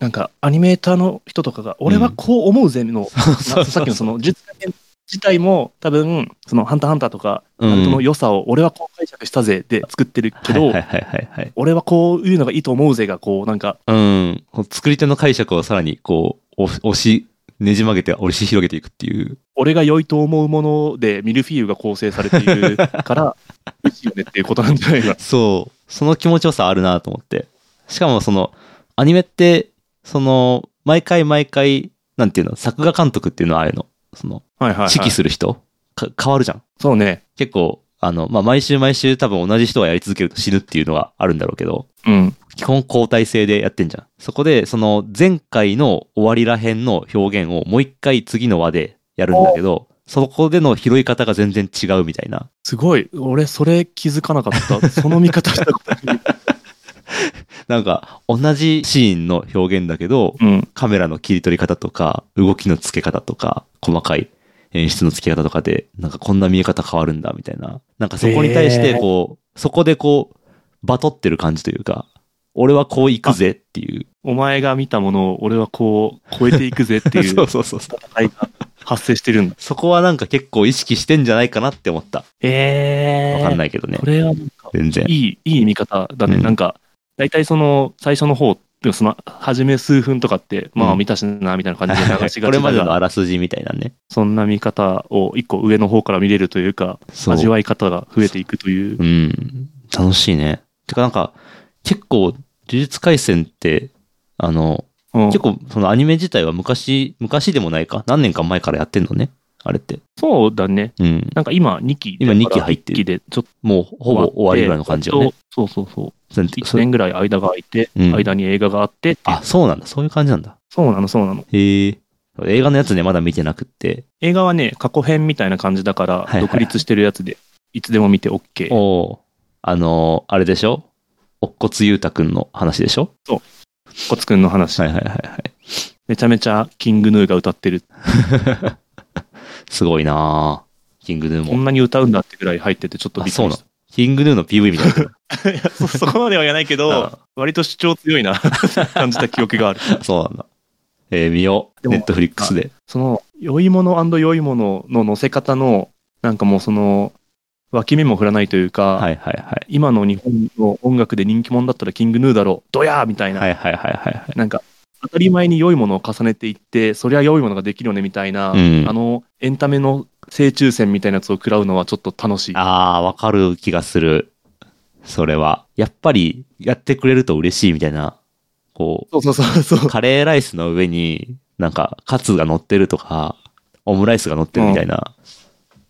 [SPEAKER 2] なんかアニメーターの人とかが、俺はこう思うぜの、
[SPEAKER 1] そうそうそう
[SPEAKER 2] なさっきのその、術家自体も多分、その、ハンターハンターとか、
[SPEAKER 1] うん
[SPEAKER 2] ナルトの良さを、俺はこう解釈したぜで作ってるけど、
[SPEAKER 1] はいはいはいはいはい。
[SPEAKER 2] 俺はこういうのがいいと思うぜが、こう、なんか、
[SPEAKER 1] うん。この作り手の解釈をさらに、こう、押押し、ねじ曲げて、押し広げていくっていう。
[SPEAKER 2] 俺が良いと思うもので、ミルフィーユが構成されている から、美味しいよねっていうことなんじゃないか。
[SPEAKER 1] そう。その気持ちよさあるなと思って。しかもその、アニメって、その、毎回毎回、なんていうの、作画監督っていうのはあれの、その、
[SPEAKER 2] はいはい、はい。
[SPEAKER 1] 指揮する人、か変わるじゃん。
[SPEAKER 2] そうね。
[SPEAKER 1] 結構、あの、まあ、毎週毎週多分同じ人がやり続けると死ぬっていうのはあるんだろうけど、
[SPEAKER 2] うん。
[SPEAKER 1] 基本交代制でやってんじゃん。そこで、その前回の終わりらへんの表現をもう一回次の輪でやるんだけど、そこでの拾い方が全然違うみたいな。
[SPEAKER 2] すごい。俺、それ気づかなかった。その見方したこと ない。
[SPEAKER 1] なんか、同じシーンの表現だけど、
[SPEAKER 2] うん。
[SPEAKER 1] カメラの切り取り方とか、動きのつけ方とか、細かい演出のつけ方とかで、なんかこんな見え方変わるんだ、みたいな。なんかそこに対して、こう、そこでこう、バトってる感じというか、俺はこう行くぜっていう。
[SPEAKER 2] お前が見たものを俺はこう、超えていくぜって い
[SPEAKER 1] そううそうそうそう。
[SPEAKER 2] 戦いが発生してるんだ。
[SPEAKER 1] そこはなんか結構意識してんじゃないかなって思った。
[SPEAKER 2] え。
[SPEAKER 1] わかんないいけどね
[SPEAKER 2] こ。れはなんか、
[SPEAKER 1] 全然。
[SPEAKER 2] いい、いい見方だね。
[SPEAKER 1] うん
[SPEAKER 2] なんか、大体その、最初の方、その、初め数分とかって、まあ見たしな、みたいな感じで流し が
[SPEAKER 1] これ
[SPEAKER 2] ちだ
[SPEAKER 1] までの
[SPEAKER 2] が、
[SPEAKER 1] あらすじみたいなね。
[SPEAKER 2] そんな見方を一個上の方から見れるというか、
[SPEAKER 1] そう。
[SPEAKER 2] 味わい方が増えていくという。
[SPEAKER 1] うん。楽しいね。てかなんか、結構、呪術廻戦って、あの、
[SPEAKER 2] うん
[SPEAKER 1] 結構そのアニメ自体は昔、昔でもないか。何年か前からやってんのね。あれって。
[SPEAKER 2] そうだね。
[SPEAKER 1] うん。
[SPEAKER 2] なんか今2期
[SPEAKER 1] 今二期入ってる
[SPEAKER 2] 1期でちょっと
[SPEAKER 1] もうほぼ終わりぐらいの感じよね。
[SPEAKER 2] そうそうそう。
[SPEAKER 1] それ
[SPEAKER 2] 1年ぐらい間が空いて、
[SPEAKER 1] うん
[SPEAKER 2] 間に映画があってっていう
[SPEAKER 1] あ、そうなんだ。そういう感じなんだ。
[SPEAKER 2] そうなの、そうなの。
[SPEAKER 1] へえ。映画のやつね、まだ見てなくって。
[SPEAKER 2] 映画はね、過去編みたいな感じだから
[SPEAKER 1] いは、い
[SPEAKER 2] 独立してるやつで、いつでも見て OK。
[SPEAKER 1] おお。あのーあれでしょ乙骨裕太くんの話でしょ
[SPEAKER 2] コツくんの話
[SPEAKER 1] はい。はいはいはい。
[SPEAKER 2] めちゃめちゃキングヌーが歌ってる。
[SPEAKER 1] すごいなぁ。キングヌー
[SPEAKER 2] こ
[SPEAKER 1] も。
[SPEAKER 2] んなに歌うんだってぐらい入ってて、ちょっとびっくりし
[SPEAKER 1] キングヌーの PV みたいな。
[SPEAKER 2] た。いや そそこまでは言わない けど、割と主張強いな、感じた記憶がある。
[SPEAKER 1] そうなんだ。えー見よう。
[SPEAKER 2] でも
[SPEAKER 1] ネットフリックスで。
[SPEAKER 2] その、良いもの良いものの乗せ方の、なんかもうその、脇目も振らないというか、
[SPEAKER 1] はいはいはい。
[SPEAKER 2] 今の日本の音楽で人気者だったらキングヌーだろう、ドヤーみたいな、
[SPEAKER 1] はいはいはいはい
[SPEAKER 2] なんか当たり前に良いものを重ねていって、そりゃ良いものができるよねみたいな、
[SPEAKER 1] はい。うん
[SPEAKER 2] あ。のエンタメの正中線みたいなやつを食らうのはちょっと楽しい。
[SPEAKER 1] ああ、わかる気がする。それは。やっぱり、やってくれると嬉しいみたいな。こ
[SPEAKER 2] そうそうそうそう
[SPEAKER 1] う、。カレーライスの上に、なんか、カツが乗ってるとか、オムライスが乗ってるみたいな。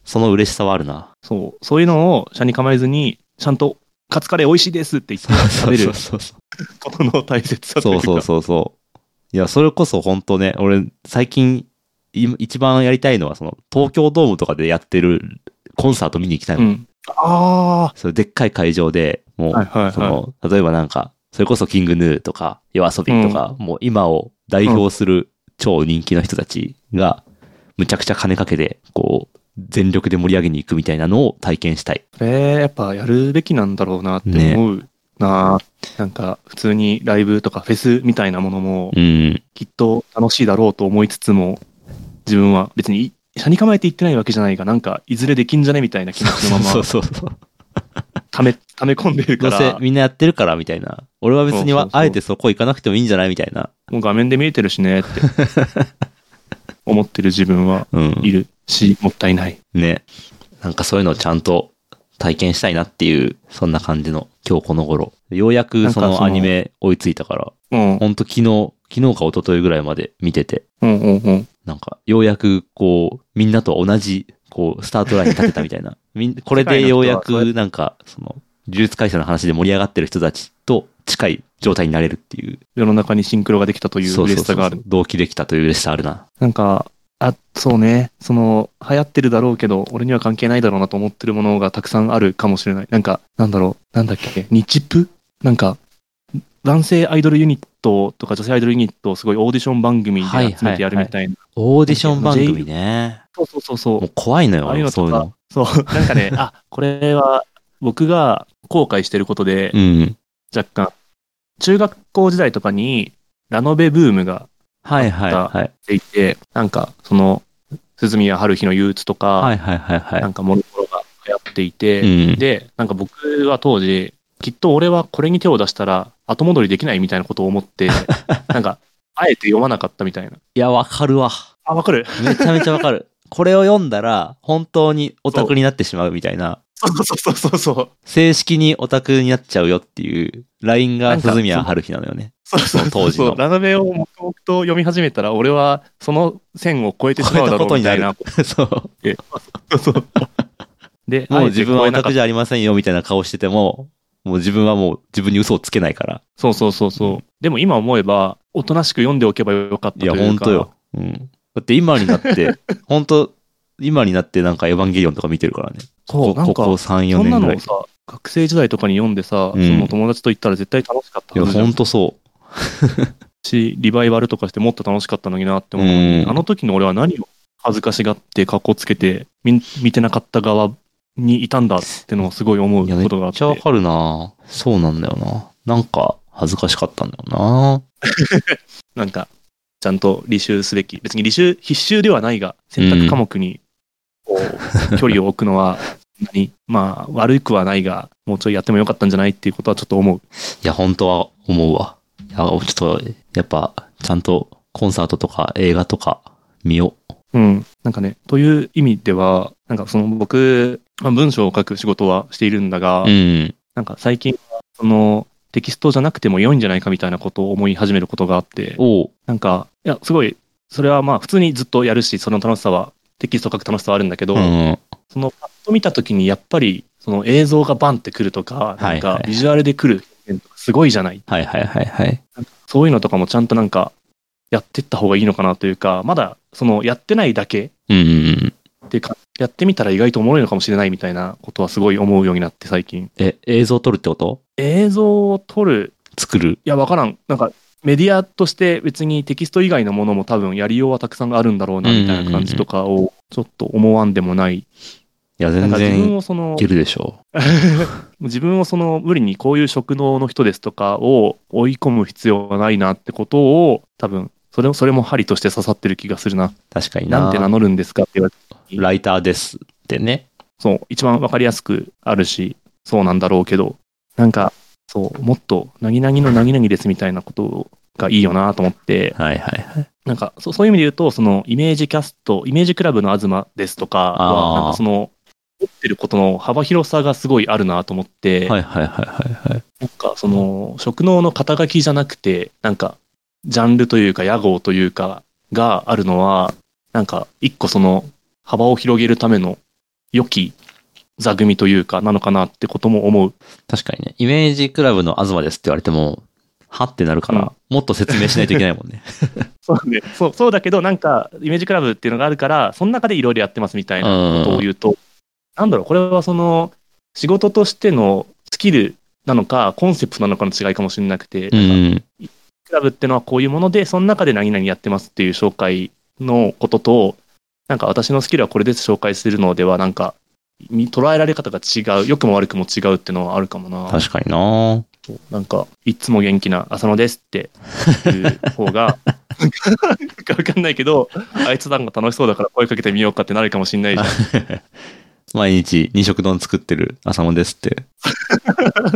[SPEAKER 1] その嬉しさはある な。
[SPEAKER 2] そうそういうのを社に構えずに、ちゃんとカツカレー美味しいですって言って食べる
[SPEAKER 1] そうそう。
[SPEAKER 2] ことの大切さとい
[SPEAKER 1] そうう
[SPEAKER 2] か。
[SPEAKER 1] そうそうそう。いや、それこそ本当ね、俺、最近、い一番やりたいのは、その、東京ドームとかでやってるコンサート見に行きたいの。
[SPEAKER 2] うん、あ
[SPEAKER 1] それでっかい会場で、もう、
[SPEAKER 2] あ、はいはい
[SPEAKER 1] そ
[SPEAKER 2] は
[SPEAKER 1] の、例えばなんか、それこそキングヌーとか、夜遊びとか、もう今を代表する超人気の人たちが、むちゃくちゃ金かけて、こう、全力で盛り上げに行くみたいなのを体験したい。
[SPEAKER 2] い。これやっぱやるべきなんだろうなって思うな、なんか普通にライブとかフェスみたいなものも、
[SPEAKER 1] うん。
[SPEAKER 2] きっと楽しいだろうと思いつつも自分は別に車に構えて言ってないわけじゃないがなんかいずれできんじゃねみたいな気持ちの ま
[SPEAKER 1] そ
[SPEAKER 2] ま
[SPEAKER 1] うそうそう。
[SPEAKER 2] ためため込んでる
[SPEAKER 1] ど
[SPEAKER 2] か
[SPEAKER 1] うせ
[SPEAKER 2] ら
[SPEAKER 1] みんなやってるからみたいな。俺は別に
[SPEAKER 2] そ
[SPEAKER 1] は
[SPEAKER 2] うそう、そう
[SPEAKER 1] あえてそこ行かなくてもいいんじゃないみたいな。
[SPEAKER 2] もう画面で見えてる しねって思ってる自分は
[SPEAKER 1] う
[SPEAKER 2] い
[SPEAKER 1] ん。
[SPEAKER 2] るしもったいない
[SPEAKER 1] ね。なんかそういうのをちゃんと体験したいなっていう、そんな感じの今日この頃。ようやくそ
[SPEAKER 2] なんか
[SPEAKER 1] の
[SPEAKER 2] その
[SPEAKER 1] アニメ追いついたから、
[SPEAKER 2] うんうん
[SPEAKER 1] ほんと昨日、昨日か一昨日ぐらいまで見てて、
[SPEAKER 2] うんうん
[SPEAKER 1] なんか、ようやく、こう、みんなと同じ、こう、スタートラインに立てたみたいな。 みんこれでようやく、なんか、その、呪術会社の話で盛り上がってる人たちと近い状態になれるっていう、
[SPEAKER 2] 世の中にシンクロができたという
[SPEAKER 1] そう
[SPEAKER 2] 嬉
[SPEAKER 1] そう
[SPEAKER 2] し
[SPEAKER 1] そ
[SPEAKER 2] さ
[SPEAKER 1] う
[SPEAKER 2] があ
[SPEAKER 1] そ
[SPEAKER 2] る
[SPEAKER 1] う、同期できたという嬉しさあるな。
[SPEAKER 2] なんかあそうねその流行ってるだろうけど俺には関係ないだろうなと思ってるものがたくさんあるかもしれないなんかなんだろうなんだっけ日プなんか男性アイドルユニットとか女性アイドルユニットをすごいオーディション番組で集めてやるみたいな、
[SPEAKER 1] オーディション番組ね。
[SPEAKER 2] そうそうそうそ
[SPEAKER 1] も
[SPEAKER 2] う
[SPEAKER 1] う怖いの
[SPEAKER 2] ああいう
[SPEAKER 1] よ、
[SPEAKER 2] の
[SPEAKER 1] そう
[SPEAKER 2] と
[SPEAKER 1] いう
[SPEAKER 2] か
[SPEAKER 1] の。
[SPEAKER 2] そう なんかねあこれは僕が後悔してることで
[SPEAKER 1] うん。
[SPEAKER 2] 若干中学校時代とかにラノベブームが
[SPEAKER 1] はいはいはい。
[SPEAKER 2] 出ていてなんかその鈴宮春日の憂鬱とか、
[SPEAKER 1] はいはいはいは
[SPEAKER 2] なんかもろもろが流行ってい
[SPEAKER 1] い。う
[SPEAKER 2] て、
[SPEAKER 1] ん。
[SPEAKER 2] で、なんか僕は当時、きっと俺はこれに手を出したら後戻りできないみたいなことを 思って、なんか、あえて読まなかったみたいな。
[SPEAKER 1] いや、わかるわ。
[SPEAKER 2] あ、わかる
[SPEAKER 1] めちゃめちゃわかる。 これを読んだら、本当にオタクになってしまうみたいな。
[SPEAKER 2] そうそうそうそう。
[SPEAKER 1] 正式にオタクになっちゃうよっていうライン
[SPEAKER 2] な
[SPEAKER 1] が
[SPEAKER 2] んか
[SPEAKER 1] 鈴宮春日なのよね。
[SPEAKER 2] そうそう
[SPEAKER 1] その当時の
[SPEAKER 2] ラノベを黙々と読み始めたら、俺は その線を超えてしまうだろうみたいな。
[SPEAKER 1] そう。
[SPEAKER 2] そうそうで、
[SPEAKER 1] もう自分は
[SPEAKER 2] あ
[SPEAKER 1] オ
[SPEAKER 2] えて超えな
[SPEAKER 1] タ
[SPEAKER 2] かっ
[SPEAKER 1] クじゃありませんよみたいな顔してても、もう自分はもう自分に嘘をつけないから。
[SPEAKER 2] そうそうそうそう。でも今思えば、おとなしく読んでおけばよかった
[SPEAKER 1] い
[SPEAKER 2] と
[SPEAKER 1] や、
[SPEAKER 2] い
[SPEAKER 1] 本
[SPEAKER 2] うか。
[SPEAKER 1] 当よ。うん。だって今にな って、本当今になってなんかエヴァンゲリオンとか見てるからね。
[SPEAKER 2] そう、
[SPEAKER 1] こ
[SPEAKER 2] なん
[SPEAKER 1] ここ
[SPEAKER 2] か、
[SPEAKER 1] 3、4
[SPEAKER 2] そんな
[SPEAKER 1] 年ぐ
[SPEAKER 2] の
[SPEAKER 1] らい。
[SPEAKER 2] を
[SPEAKER 1] い
[SPEAKER 2] さ、学生時代とかに読んでさ、
[SPEAKER 1] うん
[SPEAKER 2] その友達と行ったら絶対楽しかった
[SPEAKER 1] や、
[SPEAKER 2] はずじゃん
[SPEAKER 1] 本当そ
[SPEAKER 2] し、リバイバルとかしてもっと楽しかったのになって
[SPEAKER 1] う。
[SPEAKER 2] 思う。
[SPEAKER 1] ん。
[SPEAKER 2] あの時の俺は何を恥ずかしがって、格好つけて、見見てなかった側にいたんだってのをすごい思う
[SPEAKER 1] いや、めっ
[SPEAKER 2] ことがあっ
[SPEAKER 1] ちゃわ
[SPEAKER 2] て。
[SPEAKER 1] かるなそうなんだよな。なんか、恥ずかしかったんだよな
[SPEAKER 2] なんか、ちゃんと履修すべき。別に履修、必修ではないが、選択科目に、こう、距離を置くのは、何 まあ、悪くはないが、もうちょいやってもよかったんじゃないっていうことはちょっと思う。
[SPEAKER 1] いや、本当は思うわ。いや、ちょっと、やっぱ、ちゃんとコンサートとか映画とか見よう。
[SPEAKER 2] うん。なんかね、という意味では、なんかその僕、まあ文章を書く仕事はしているんだが、
[SPEAKER 1] うん。
[SPEAKER 2] なんか最近は、その、テキストじゃなくても良いんじゃないかみたいなことを思い始めることがあって、
[SPEAKER 1] おう。
[SPEAKER 2] なんか、いや、すごい、それはまあ普通にずっとやるし、その楽しさは、テキスト書く楽しさはあるんだけど、
[SPEAKER 1] うん。
[SPEAKER 2] そのパッと見た時にやっぱり、その映像がバンってくるとか、
[SPEAKER 1] いは
[SPEAKER 2] ないんかビジュアルで来る表現とかすごいじゃない。
[SPEAKER 1] はいはいはいはい。
[SPEAKER 2] そういうのとかもちゃんとなんか、やってった方がいいのかなというか、まだ、その、やってないだけ
[SPEAKER 1] うんうんうん。
[SPEAKER 2] っていうか、やってみたら意外とおもろいのかもしれないみたいなことはすごい思うようになって最近。
[SPEAKER 1] え、映像撮るってこと
[SPEAKER 2] 映像を撮る
[SPEAKER 1] 作る。
[SPEAKER 2] いや、わからん。なんか、メディアとして別にテキスト以外のものも多分やりようはたくさんあるんだろうな、みたいな感じとかを、ちょっと思わんでもない。
[SPEAKER 1] いや、
[SPEAKER 2] な
[SPEAKER 1] 全
[SPEAKER 2] んか自分
[SPEAKER 1] 然い
[SPEAKER 2] をその
[SPEAKER 1] け、るでしょ
[SPEAKER 2] 自分をその、無理にこういう職能の人ですとかを追い込む必要はないなってことを、多分、それも、それも針として刺さってる気がするな。
[SPEAKER 1] う。確かにな。
[SPEAKER 2] なんて名乗るんですかって言われて、
[SPEAKER 1] ライターですってね。
[SPEAKER 2] そう、一番わかりやすくあるし、そうなんだろうけど、なんか、そう、もっと、なぎなぎのなぎなぎですみたいなことがいいよなと思って、
[SPEAKER 1] はいはいはい。
[SPEAKER 2] なんかそそういう意味で言うと、そのイメージキャスト、イメージクラブの東ですとか
[SPEAKER 1] あ
[SPEAKER 2] は、
[SPEAKER 1] ー
[SPEAKER 2] なんかその、持ってることの幅広さがすごいあるなと思って、
[SPEAKER 1] はいはいはいはいはい。
[SPEAKER 2] なんかその、職能の肩書きじゃなくて、なんか、ジャンルというか、屋号というか、があるのは、なんか、一個その、幅を広げるための良き座組というか、なのかなってことも思う。
[SPEAKER 1] 確かにね。イメージクラブの東ですって言われても、はってなるから、
[SPEAKER 2] うん
[SPEAKER 1] もっと説明しないといけないもんね。
[SPEAKER 2] そうね。そう、そうだけど、なんか、イメージクラブっていうのがあるから、その中でいろいろやってますみたいなことを言うと、なんだろう、これはその、仕事としてのスキルなのか、コンセプトなのかの違いかもしれなくて、
[SPEAKER 1] う
[SPEAKER 2] なんか
[SPEAKER 1] ん。
[SPEAKER 2] クラブってのはこういうもので、その中で何々やってますっていう紹介のことと、なんか私のスキルはこれです紹介するのでは、なんか、に捉えられ方が違う、良くも悪くも違うっていうのはあるかもな。
[SPEAKER 1] 確かにな
[SPEAKER 2] なんか、いつも元気な浅野ですっていう方が、なんかわかんないけど、あいつなんか楽しそうだから声かけてみようかってなるかもしんない じゃん。
[SPEAKER 1] 毎日二食丼作ってる朝もですって。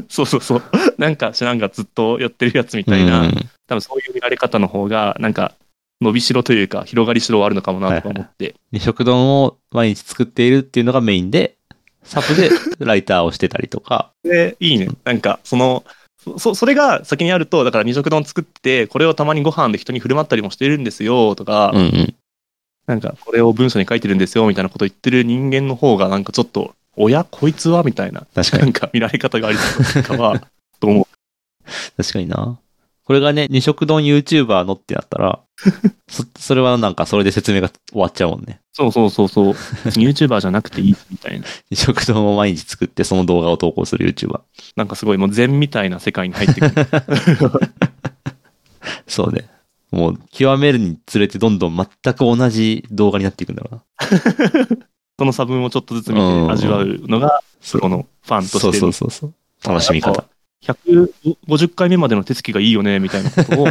[SPEAKER 2] そうそうそう。なんか知らんがずっとやってるやつみたいな、
[SPEAKER 1] うん。
[SPEAKER 2] 多分そういう見られ方の方が、なんか、伸びしろというか、広がりしろはあるのかもなとか思って。
[SPEAKER 1] 二食丼を毎日作っているっていうのがメインで、サブ でライターをしてたりとか。
[SPEAKER 2] で、いいね。なんか、その、そそそれが先にあると、だから二色丼作って、これをたまにご飯で人に振る舞ったりもしてるんですよとか、
[SPEAKER 1] うんうん。
[SPEAKER 2] なんか、これを文章に書いてるんですよ、みたいなこと言ってる人間の方が、なんかちょっと、おやこいつはみたいな、
[SPEAKER 1] 確か
[SPEAKER 2] な
[SPEAKER 1] に。
[SPEAKER 2] んか見られ方がありそうかは、と思う。
[SPEAKER 1] 確かになこれがね、二食丼 YouTuber のってなった ら、そ、それはなんかそれで説明が終わっちゃうもんね。
[SPEAKER 2] そうそうそうそう。YouTuber じゃなくていい、みたいな。
[SPEAKER 1] 二食丼を毎日作ってその動画を投稿する YouTuber。
[SPEAKER 2] なんかすごい、もう禅みたいな世界に入ってくる。
[SPEAKER 1] そうね。もう、極めるにつれてどんどん全く同じ動画になっていくんだろうな。
[SPEAKER 2] その差分をちょっとずつ見
[SPEAKER 1] うん
[SPEAKER 2] て味わうのが、
[SPEAKER 1] そう
[SPEAKER 2] このファンとして
[SPEAKER 1] そう
[SPEAKER 2] の
[SPEAKER 1] そうそうそう。楽しみ
[SPEAKER 2] や
[SPEAKER 1] 方
[SPEAKER 2] っ。ぱ150回目までの手つきがいいよね、みたいなことを、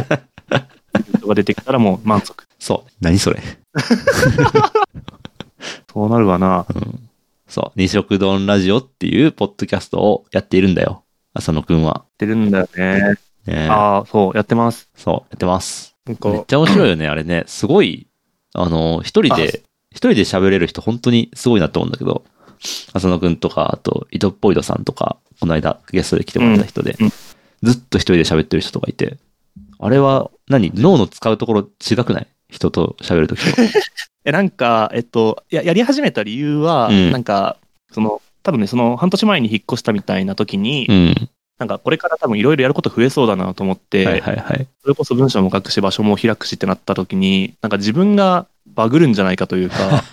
[SPEAKER 2] 人が出てきたらもう満足。
[SPEAKER 1] そう。何それ。
[SPEAKER 2] そうなるわな。
[SPEAKER 1] うん。そう。二色丼ラジオっていうポッドキャストをやっているんだよ。浅野くんは。
[SPEAKER 2] やってるんだよね。
[SPEAKER 1] ね
[SPEAKER 2] ああ、そう、やってます。
[SPEAKER 1] そう。やってます。
[SPEAKER 2] なんか
[SPEAKER 1] めっちゃ面白いよね、あれね。すごい、あの、一人で、一人で喋れる人本当にすごいなと思うんだけど、浅野くんとか、あと、井戸っぽいどさんとか、この間ゲストで来てもらった人で、
[SPEAKER 2] うんうん
[SPEAKER 1] ずっと一人で喋ってる人とかいて、あれは何、脳の使うところ違くない人と喋るときとか。
[SPEAKER 2] えなんか、えっと、ややり始めた理由は、
[SPEAKER 1] うん
[SPEAKER 2] なんか、その、多分ね、その半年前に引っ越したみたいな時に、
[SPEAKER 1] うん。
[SPEAKER 2] なんかこれから多分いろいろやること増えそうだなと思って、
[SPEAKER 1] はいはいはい。
[SPEAKER 2] それこそ文章も書くし、場所も開くしってなった時に、なんか自分がバグるんじゃないかとい うか、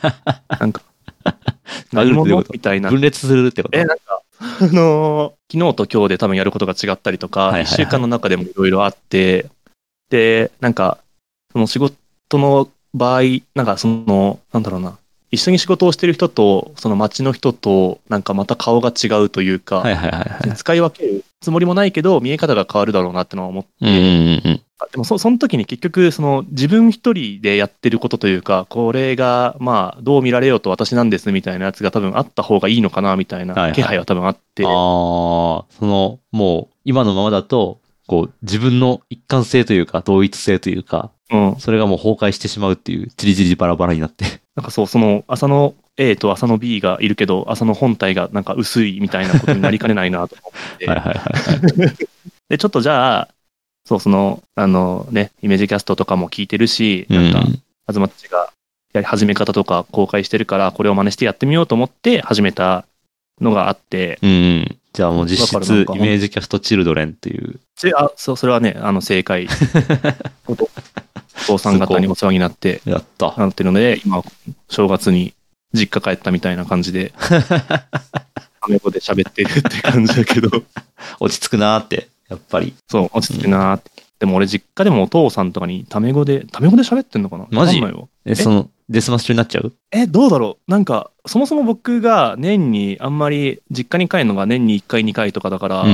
[SPEAKER 2] なんか、
[SPEAKER 1] バグるってどういうこと
[SPEAKER 2] 何者みたいな。
[SPEAKER 1] 分裂するってこと
[SPEAKER 2] え、なんか、 あのー昨日と今日で多分やることが違ったりとか、
[SPEAKER 1] い
[SPEAKER 2] 一、
[SPEAKER 1] はいはい
[SPEAKER 2] 週間の中でもいろいろあって、で、なんか、その仕事の場合、なんかその、なんだろうな、一緒に仕事をしてる人と、その街の人と、なんかまた顔が違うというか、
[SPEAKER 1] はいはいはいはい。
[SPEAKER 2] 使い分けるつもりもないけど、見え方が変わるだろうなってのは思って
[SPEAKER 1] うんうんうん
[SPEAKER 2] あでもそその時に結局その自分一人でやってることというかこれがまあどう見られようと私なんですみたいなやつが多分あった方がいいのかなみた
[SPEAKER 1] は
[SPEAKER 2] い
[SPEAKER 1] いは
[SPEAKER 2] ない気配は多分あって、
[SPEAKER 1] うん。ああ、その、もう、今のままだと、こう、自分の一貫性というか、同一性というか、
[SPEAKER 2] うん、
[SPEAKER 1] それがもう崩壊してしまうっていう、チリチリバラバラになって。
[SPEAKER 2] なんかそうその浅野 A と浅野 B がいるけど浅野本体がなんか薄いみたいなことになりかねない なと思って、
[SPEAKER 1] はいはいはい。
[SPEAKER 2] でちょっとじゃあそうそのあのねイメージキャストとかも聞いてるしなんか
[SPEAKER 1] うん
[SPEAKER 2] 東っちがやり始め方とか公開してるからこれを真似してやってみようと思って始めたのがあって。
[SPEAKER 1] うんうん。じゃあもう実
[SPEAKER 2] だからな
[SPEAKER 1] 質
[SPEAKER 2] ん、か
[SPEAKER 1] イメージキャストチルドレンっていう。
[SPEAKER 2] であそうそれはねあの 正解お父さん方にお世話になって
[SPEAKER 1] やった。
[SPEAKER 2] なってるので今正月に実家帰ったみたいな感 じでアメ語で喋ってるって感じだけど
[SPEAKER 1] 落ち着くなーって、やっぱり。
[SPEAKER 2] そう落ち着くなーって、でも俺実家でもお父さんとかにタメ語でタメ語で喋ってんのかな
[SPEAKER 1] マジ
[SPEAKER 2] わかんないよ
[SPEAKER 1] え、その、デスマッシュになっちゃう
[SPEAKER 2] えどうだろうなんかそもそも僕が年にあんまり実家に帰るのが年に1回2回とかだから、
[SPEAKER 1] うん。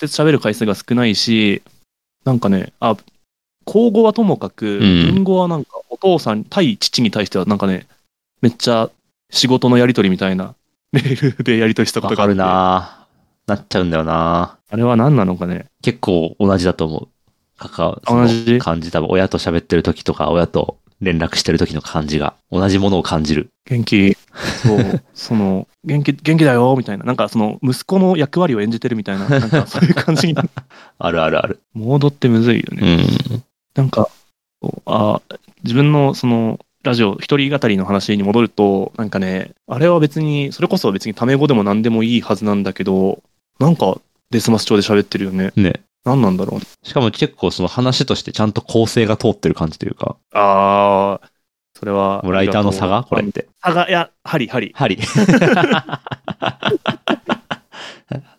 [SPEAKER 2] 直接喋る回数が少ないし、なんかね、あ、口語はともかく、
[SPEAKER 1] うん
[SPEAKER 2] 文語はなんかお父さん、対父に対してはなんかね、めっちゃ仕事のやりとりみたいな メールでやりとりしたこ
[SPEAKER 1] わ
[SPEAKER 2] とが
[SPEAKER 1] か
[SPEAKER 2] あって
[SPEAKER 1] るなーなっちゃうんだよな
[SPEAKER 2] あれは何なのかね。
[SPEAKER 1] ー結構同じだと思う。かか
[SPEAKER 2] あ同じ
[SPEAKER 1] その感じ多分、親と喋ってる時とか、親と連絡してる時の感じが、同じものを感じる。
[SPEAKER 2] 元気、 そう、その、元気、元気だよ、みたいな。なんかその、息子の役割を演じてるみたいな、なんかそういう感じ になる。
[SPEAKER 1] あるあるある。
[SPEAKER 2] モードってむずいよね。
[SPEAKER 1] うん。
[SPEAKER 2] なんか、こうあ自分のそのラジオ一人語りの話に戻ると、なんかね、あれは別に、それこそ別にタメ語でも何でもいいはずなんだけど、なんかデスマス調で喋ってるよね。
[SPEAKER 1] ね。
[SPEAKER 2] 何なんだろうね。
[SPEAKER 1] しかも結構その話としてちゃんと構成が通ってる感じというか、
[SPEAKER 2] ああ、それは。
[SPEAKER 1] もうライターの差がこれっ。て。
[SPEAKER 2] 差が、いや、針、針。
[SPEAKER 1] 針。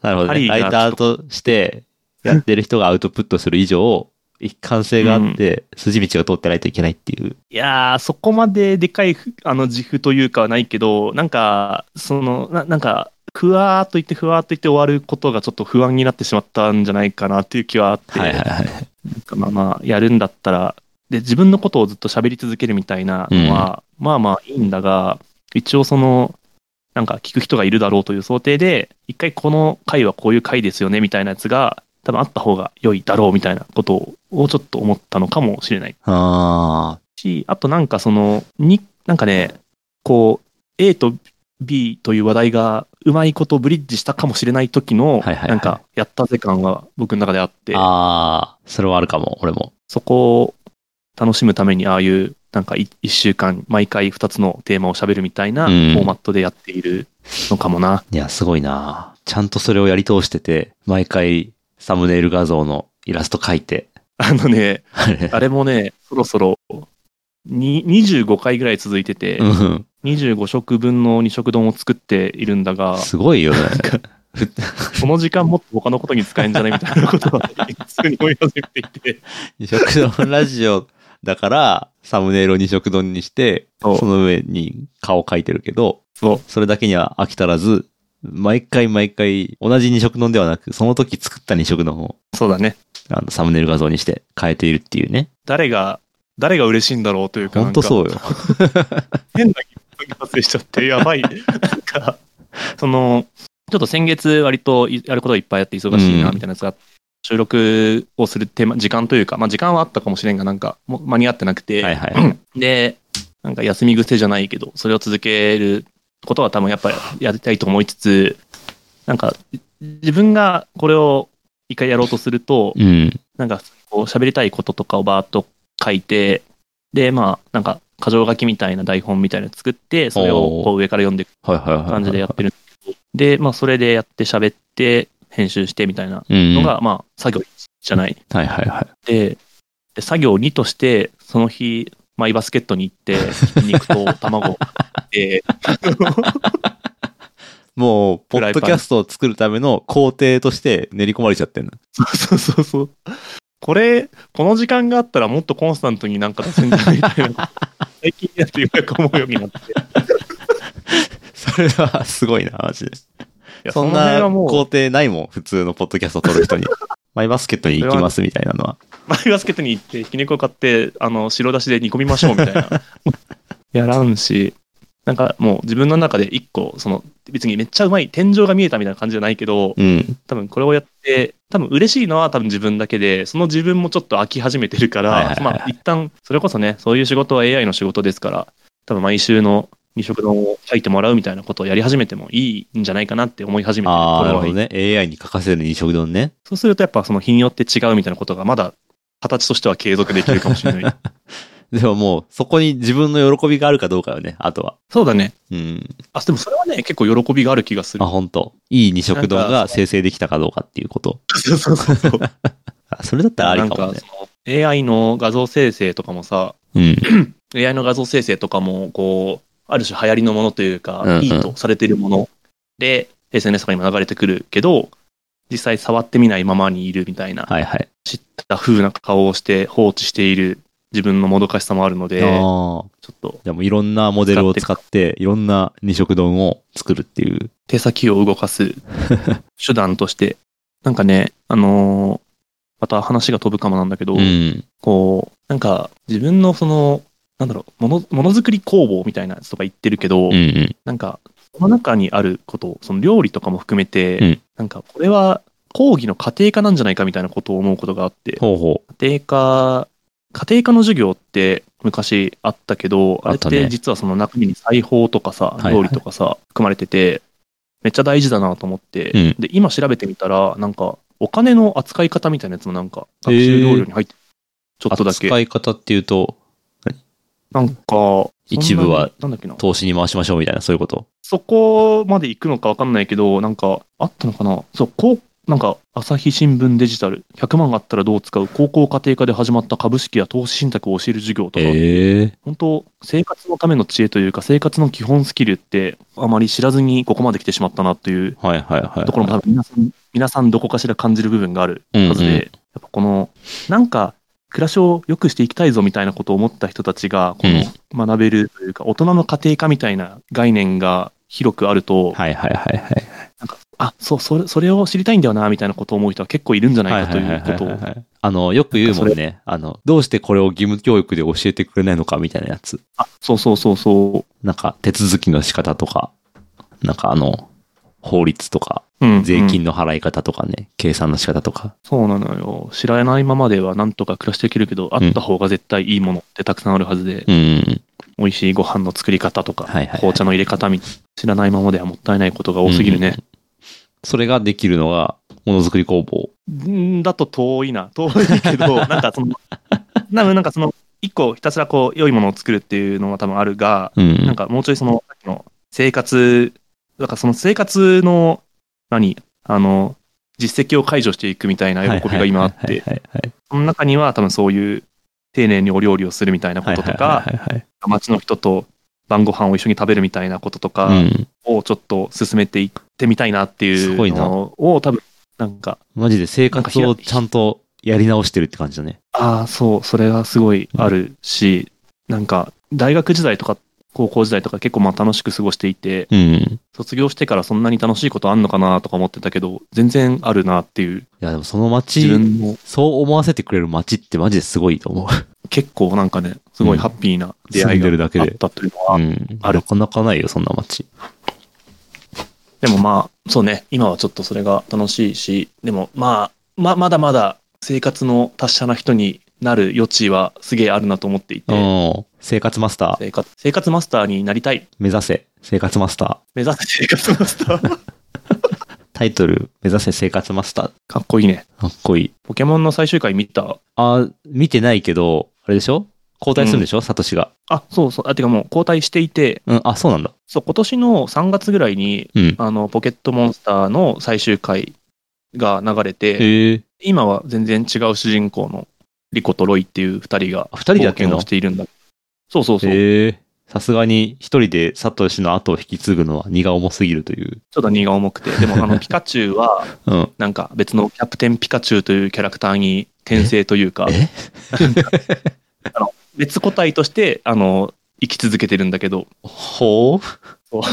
[SPEAKER 1] なるほど、ね。
[SPEAKER 2] 針が
[SPEAKER 1] ライターとしてやってる人がアウトプットする以上、一貫性があって、筋道が通ってないといけないっていう。
[SPEAKER 2] いやー、そこまででかいふ、あの、自負というかはないけど、なんか、その、ななんか、ふわーっと言ってふわーっと言って終わることがちょっと不安になってしまったんじゃないかなっていう気はあって。
[SPEAKER 1] はい。
[SPEAKER 2] まあまあやるんだったらで自分のことをずっと喋り続けるみたいなのは、まあまあいいんだが一応そのなんか聞く人がいるだろうという想定で一回この回はこういう回ですよねみたいなやつが多分あった方が良いだろうみたいなことをちょっと思ったのかもしれない
[SPEAKER 1] あ
[SPEAKER 2] しあとなんかそのになんかねこう A と B という話題がうまいことブリッジしたかもしれない時
[SPEAKER 1] はい
[SPEAKER 2] の、
[SPEAKER 1] はいはい
[SPEAKER 2] なんかやったぜ感は僕の中であって
[SPEAKER 1] あ。ああ、それはあるかも、俺も。
[SPEAKER 2] そこを楽しむためにああいうなんかい一週間毎回二つのテーマを喋るみたいな
[SPEAKER 1] う
[SPEAKER 2] フ
[SPEAKER 1] ん
[SPEAKER 2] ォーマットでやっているのかもな。
[SPEAKER 1] いや、すごいな。ちゃんとそれをやり通してて、毎回サムネイル画像のイラスト描いて、
[SPEAKER 2] あのね、
[SPEAKER 1] あれ。
[SPEAKER 2] あれもね、そろそろに25回ぐらい続いてて、
[SPEAKER 1] うん。
[SPEAKER 2] 25食分の2食丼を作っているん だが、
[SPEAKER 1] すごいよね。
[SPEAKER 2] この時間もっと他のことに使えんじゃないみたいなことは普通に思い始めていて、
[SPEAKER 1] 二色丼ラジオだから、サムネイルを二色丼にして、
[SPEAKER 2] そう
[SPEAKER 1] その上に顔描いてるけど、
[SPEAKER 2] そう、
[SPEAKER 1] それだけには飽き足らず、毎回毎回、同じ二色丼ではなく、その時作った二色丼を、
[SPEAKER 2] そうだね。
[SPEAKER 1] あの、サムネイル画像にして変えているっていうね。
[SPEAKER 2] 誰が、誰が嬉しいんだろうというか、
[SPEAKER 1] ほんと
[SPEAKER 2] う
[SPEAKER 1] そうよ。
[SPEAKER 2] 変な気分が発生しちゃって、や ばい。なんか、その、ちょっと先月割といやることがいっぱいあって忙しいな、
[SPEAKER 1] うん
[SPEAKER 2] みたいなやつがあって、収録をするテーマ、時間というか、まあ時間はあったかもしれんが、なんか、もう間に合ってなくて、
[SPEAKER 1] はいはい。
[SPEAKER 2] で、なんか休み癖じゃないけど、それを続けることは多分やっぱりやりたいと思いつつ、なんか、自分がこれを一回やろうとすると、
[SPEAKER 1] うん。
[SPEAKER 2] なんかこう喋りたいこととかをバーっと書いて、で、まあ、なんか、箇条書きみたいな台本みたいなの作って、それをこう上から読んでいく
[SPEAKER 1] はいはいはいはい。
[SPEAKER 2] 感じでやってるんですで、まあ、それでやって喋って、編集してみたいな
[SPEAKER 1] うん。
[SPEAKER 2] のが、まあ、作業1じゃない。
[SPEAKER 1] はいはいはい。
[SPEAKER 2] で、で作業2として、その日、マイバスケットに行って、ひき肉と 卵を買って、
[SPEAKER 1] もう、ポ
[SPEAKER 2] フラ
[SPEAKER 1] ッ
[SPEAKER 2] イパ
[SPEAKER 1] ド
[SPEAKER 2] ン
[SPEAKER 1] キャストを作るための工程として練り込まれちゃってんの。
[SPEAKER 2] そうそうそう。これ、この時間があったらもっとコンスタントになんか出せんじゃないみた いな。最近になってようやく思うようになって。い
[SPEAKER 1] それはすごいな、マジで。
[SPEAKER 2] や
[SPEAKER 1] そん
[SPEAKER 2] の辺
[SPEAKER 1] な
[SPEAKER 2] はもう
[SPEAKER 1] 工程ないもん、普通のポッドキャスト撮る 人に。マイバスケットに行きますみたいなのは。
[SPEAKER 2] マイバスケットに行って、ひき肉を買って、あの、白だしで煮込みましょうみた いな。やらんし、なんかもう自分の中で一個、その、別にめっちゃうまい、天井が見えたみたいな感じじゃないけど、
[SPEAKER 1] うん。
[SPEAKER 2] 多分これをやって、多分嬉しいのは多分自分だけで、その自分もちょっと飽き始めてるから、
[SPEAKER 1] はいはいはいはい
[SPEAKER 2] まあ一旦、それこそね、そういう仕事は AI の仕事ですから、多分毎週の二食丼を書いてもらうみたいなことをやり始めてもいいんじゃないかなって思い始めてる
[SPEAKER 1] ああ、
[SPEAKER 2] これ
[SPEAKER 1] なる
[SPEAKER 2] は
[SPEAKER 1] ほどね。AI に欠かせる飲食丼ね。
[SPEAKER 2] そうするとやっぱその日によって違うみたいなことがまだ形としては継続できるかもしれない。
[SPEAKER 1] でももう、そこに自分の喜びがあるかどうかよね、あとは。
[SPEAKER 2] そうだね。
[SPEAKER 1] うん。
[SPEAKER 2] あ、でもそれはね、結構喜びがある気がする
[SPEAKER 1] あ、。本当いい二色丼
[SPEAKER 2] なん
[SPEAKER 1] が生成できたかどうかっていうこと。
[SPEAKER 2] そうそうそうそう。
[SPEAKER 1] あそれだったらあ
[SPEAKER 2] な
[SPEAKER 1] り
[SPEAKER 2] ん
[SPEAKER 1] かも
[SPEAKER 2] か
[SPEAKER 1] ね。
[SPEAKER 2] その AI の画像生成とかもさ、
[SPEAKER 1] うん。
[SPEAKER 2] AI の画像生成とかも、こう、ある種流行りのものというか、
[SPEAKER 1] うんうん
[SPEAKER 2] いいとされているもので、SNS とかにも流れてくるけど、実際触ってみないままにいるみたいな、
[SPEAKER 1] はいはい。
[SPEAKER 2] 知った風な顔をして放置している自分のもどかしさもあるので、ちょ
[SPEAKER 1] ああ。
[SPEAKER 2] っと
[SPEAKER 1] じゃあもういろんなモデルを使って、いろんな二色丼を作るっていう。
[SPEAKER 2] 手先を動 かす手段として、なんかね、あのーまた話が飛ぶかもなんだけど、
[SPEAKER 1] うん。
[SPEAKER 2] こう、なんか自分のその、なんだろう、もの、ものづくり工房みたいなやつとか言ってるけど、
[SPEAKER 1] うんうん。
[SPEAKER 2] なんか、その中にあること、その料理とかも含めて、
[SPEAKER 1] うん
[SPEAKER 2] なんか、これは講義の家庭科なんじゃないかみたいなことを思うことがあって、
[SPEAKER 1] ほうほう。
[SPEAKER 2] 家庭科、家庭科の授業って昔あったけど、あ
[SPEAKER 1] あ
[SPEAKER 2] れ
[SPEAKER 1] っ
[SPEAKER 2] った
[SPEAKER 1] ね
[SPEAKER 2] て実はその中身に裁縫とかさ
[SPEAKER 1] いは、い
[SPEAKER 2] 料理とかさ、含まれてて、めっちゃ大事だなと思って、
[SPEAKER 1] うん
[SPEAKER 2] で、今調べてみたら、なんか、お金の扱い方みたいなやつもなんか、学習要領に入って、ちょっとだけ。
[SPEAKER 1] 扱い方っていうと、
[SPEAKER 2] なんか、そんな
[SPEAKER 1] 一部は、
[SPEAKER 2] なんだっけな。
[SPEAKER 1] 投資に回しましょうみたいな、そういうこと。
[SPEAKER 2] そこまで行くのか分かんないけど、なんか、あったのかなそう、こう、なんか、朝日新聞デジタル、100万あったらどう使う高校家庭科で始まった株式や投資信託を教える授業とか、
[SPEAKER 1] ええ
[SPEAKER 2] 本当生活のための知恵というか、生活の基本スキルって、あまり知らずにここまで来てしまったなという
[SPEAKER 1] はいはいはい。
[SPEAKER 2] ところも多分皆さん、皆さんどこかしら感じる部分がある
[SPEAKER 1] うんうん
[SPEAKER 2] はずで、やっぱこの、なんか、暮らしを良くしていきたいぞみたいなことを思った人たちが、この学べるというか、大人の家庭科みたいな概念が広くあると、
[SPEAKER 1] はいはいはいはい。
[SPEAKER 2] あ、そう、それ、それを知りたいんだよな、みたいなことを思う人は結構いるんじゃ
[SPEAKER 1] は
[SPEAKER 2] ないかということ
[SPEAKER 1] は
[SPEAKER 2] を
[SPEAKER 1] は。はいあの、よく言うもんね。あの、どうしてこれを義務教育で教えてくれないのかみたいなやつ。
[SPEAKER 2] あ、そうそうそうそ
[SPEAKER 1] なんか、手続きの仕方とか、なんかあの、法律とか、
[SPEAKER 2] う。うん、
[SPEAKER 1] 税
[SPEAKER 2] うん
[SPEAKER 1] 金の払い方とかね、計算の仕方とか。
[SPEAKER 2] そうなのよ。知らないままではなんとか暮らしていけるけど、あった方が絶対いいものってたくさんあるはずで、
[SPEAKER 1] うん。
[SPEAKER 2] 美味しいご飯の作り方とか、
[SPEAKER 1] はいはいはい
[SPEAKER 2] 紅茶の入れ方みたいな知らないままではもったいないことが多すぎるね。
[SPEAKER 1] それができるのが、ものづくり工房。
[SPEAKER 2] んーだと遠いな。遠いけど、 なんかその、多分なんかその、一個ひたすらこう、良いものを作るっていうのは多分あるが、
[SPEAKER 1] うん。
[SPEAKER 2] なんかもうちょいその、さっきの生活、だからその生活の、何、あの、実績を解除していくみたいな喜びが今あっ
[SPEAKER 1] はい
[SPEAKER 2] て、
[SPEAKER 1] はいはい
[SPEAKER 2] その中には多分そういう丁寧にお料理をするみたいな
[SPEAKER 1] は
[SPEAKER 2] こ
[SPEAKER 1] い。
[SPEAKER 2] とと
[SPEAKER 1] は
[SPEAKER 2] か、
[SPEAKER 1] いはいはい
[SPEAKER 2] 街の人と晩ご飯を一緒に食べるみたいなことと
[SPEAKER 1] はい
[SPEAKER 2] か
[SPEAKER 1] うん。
[SPEAKER 2] をちょっと進めていってみたいなってい
[SPEAKER 1] すごいうな
[SPEAKER 2] のを多分、なんか、
[SPEAKER 1] マジで生活をちゃんとやり直してるって感じだね。
[SPEAKER 2] ああ、そう、それがすごいあるし、なんか大学時代とか高校時代とか結構まあ楽しく過ごしていて、
[SPEAKER 1] うん。
[SPEAKER 2] 卒業してからそんなに楽しいことあんのかなとか思ってたけど、全然あるなっていう、
[SPEAKER 1] いや、でもその
[SPEAKER 2] 自
[SPEAKER 1] 街、
[SPEAKER 2] 分も
[SPEAKER 1] そう思わせてくれる街ってマジですごいと思う。
[SPEAKER 2] 結構なんかね、すごいハッピーな出会
[SPEAKER 1] 住
[SPEAKER 2] い
[SPEAKER 1] んでる
[SPEAKER 2] が
[SPEAKER 1] だけ
[SPEAKER 2] あっ
[SPEAKER 1] で
[SPEAKER 2] たというのは、
[SPEAKER 1] うん。
[SPEAKER 2] ある
[SPEAKER 1] なかなかないよ、そんな街。
[SPEAKER 2] でもまあ、そうね、今はちょっとそれが楽しいし、でもまあ、ままだまだ生活の達者な人になる余地はすげえあるなと思っていて、
[SPEAKER 1] うん。生活マスター、
[SPEAKER 2] 生活生活マスターになりたい。
[SPEAKER 1] 目指せ、生活マスター。
[SPEAKER 2] 目指 せ生活マスター。
[SPEAKER 1] タイトル、目指せ生活マスター。
[SPEAKER 2] かっこいいね。
[SPEAKER 1] かっこいい。
[SPEAKER 2] ポケモンの最終回見た
[SPEAKER 1] あー、見てないけど、あれでしょ交代するんでしょ、サトシが。
[SPEAKER 2] あ、そうそう。あ、てかもう交代していて、
[SPEAKER 1] うん、あ、そうなんだ。
[SPEAKER 2] そう、今年の3月ぐらいに、
[SPEAKER 1] うん。
[SPEAKER 2] あの、ポケットモンスターの最終回が流れて、
[SPEAKER 1] へえ。
[SPEAKER 2] 今は全然違う主人公のリコとロイっていう二人が
[SPEAKER 1] あ二人でやってんの
[SPEAKER 2] 冒険をしているんだ。そうそうそう。
[SPEAKER 1] へえ。さすがに一人でサトシの後を引き継ぐのは荷が重すぎるという。
[SPEAKER 2] ちょっと荷が重くて。でも、 あの、ピカチュウは、
[SPEAKER 1] うん。
[SPEAKER 2] なんか別のキャプテンピカチュウというキャラクターに転生というか、
[SPEAKER 1] え
[SPEAKER 2] 別個体として、あの、生き続けてるんだけど、
[SPEAKER 1] ほう
[SPEAKER 2] そう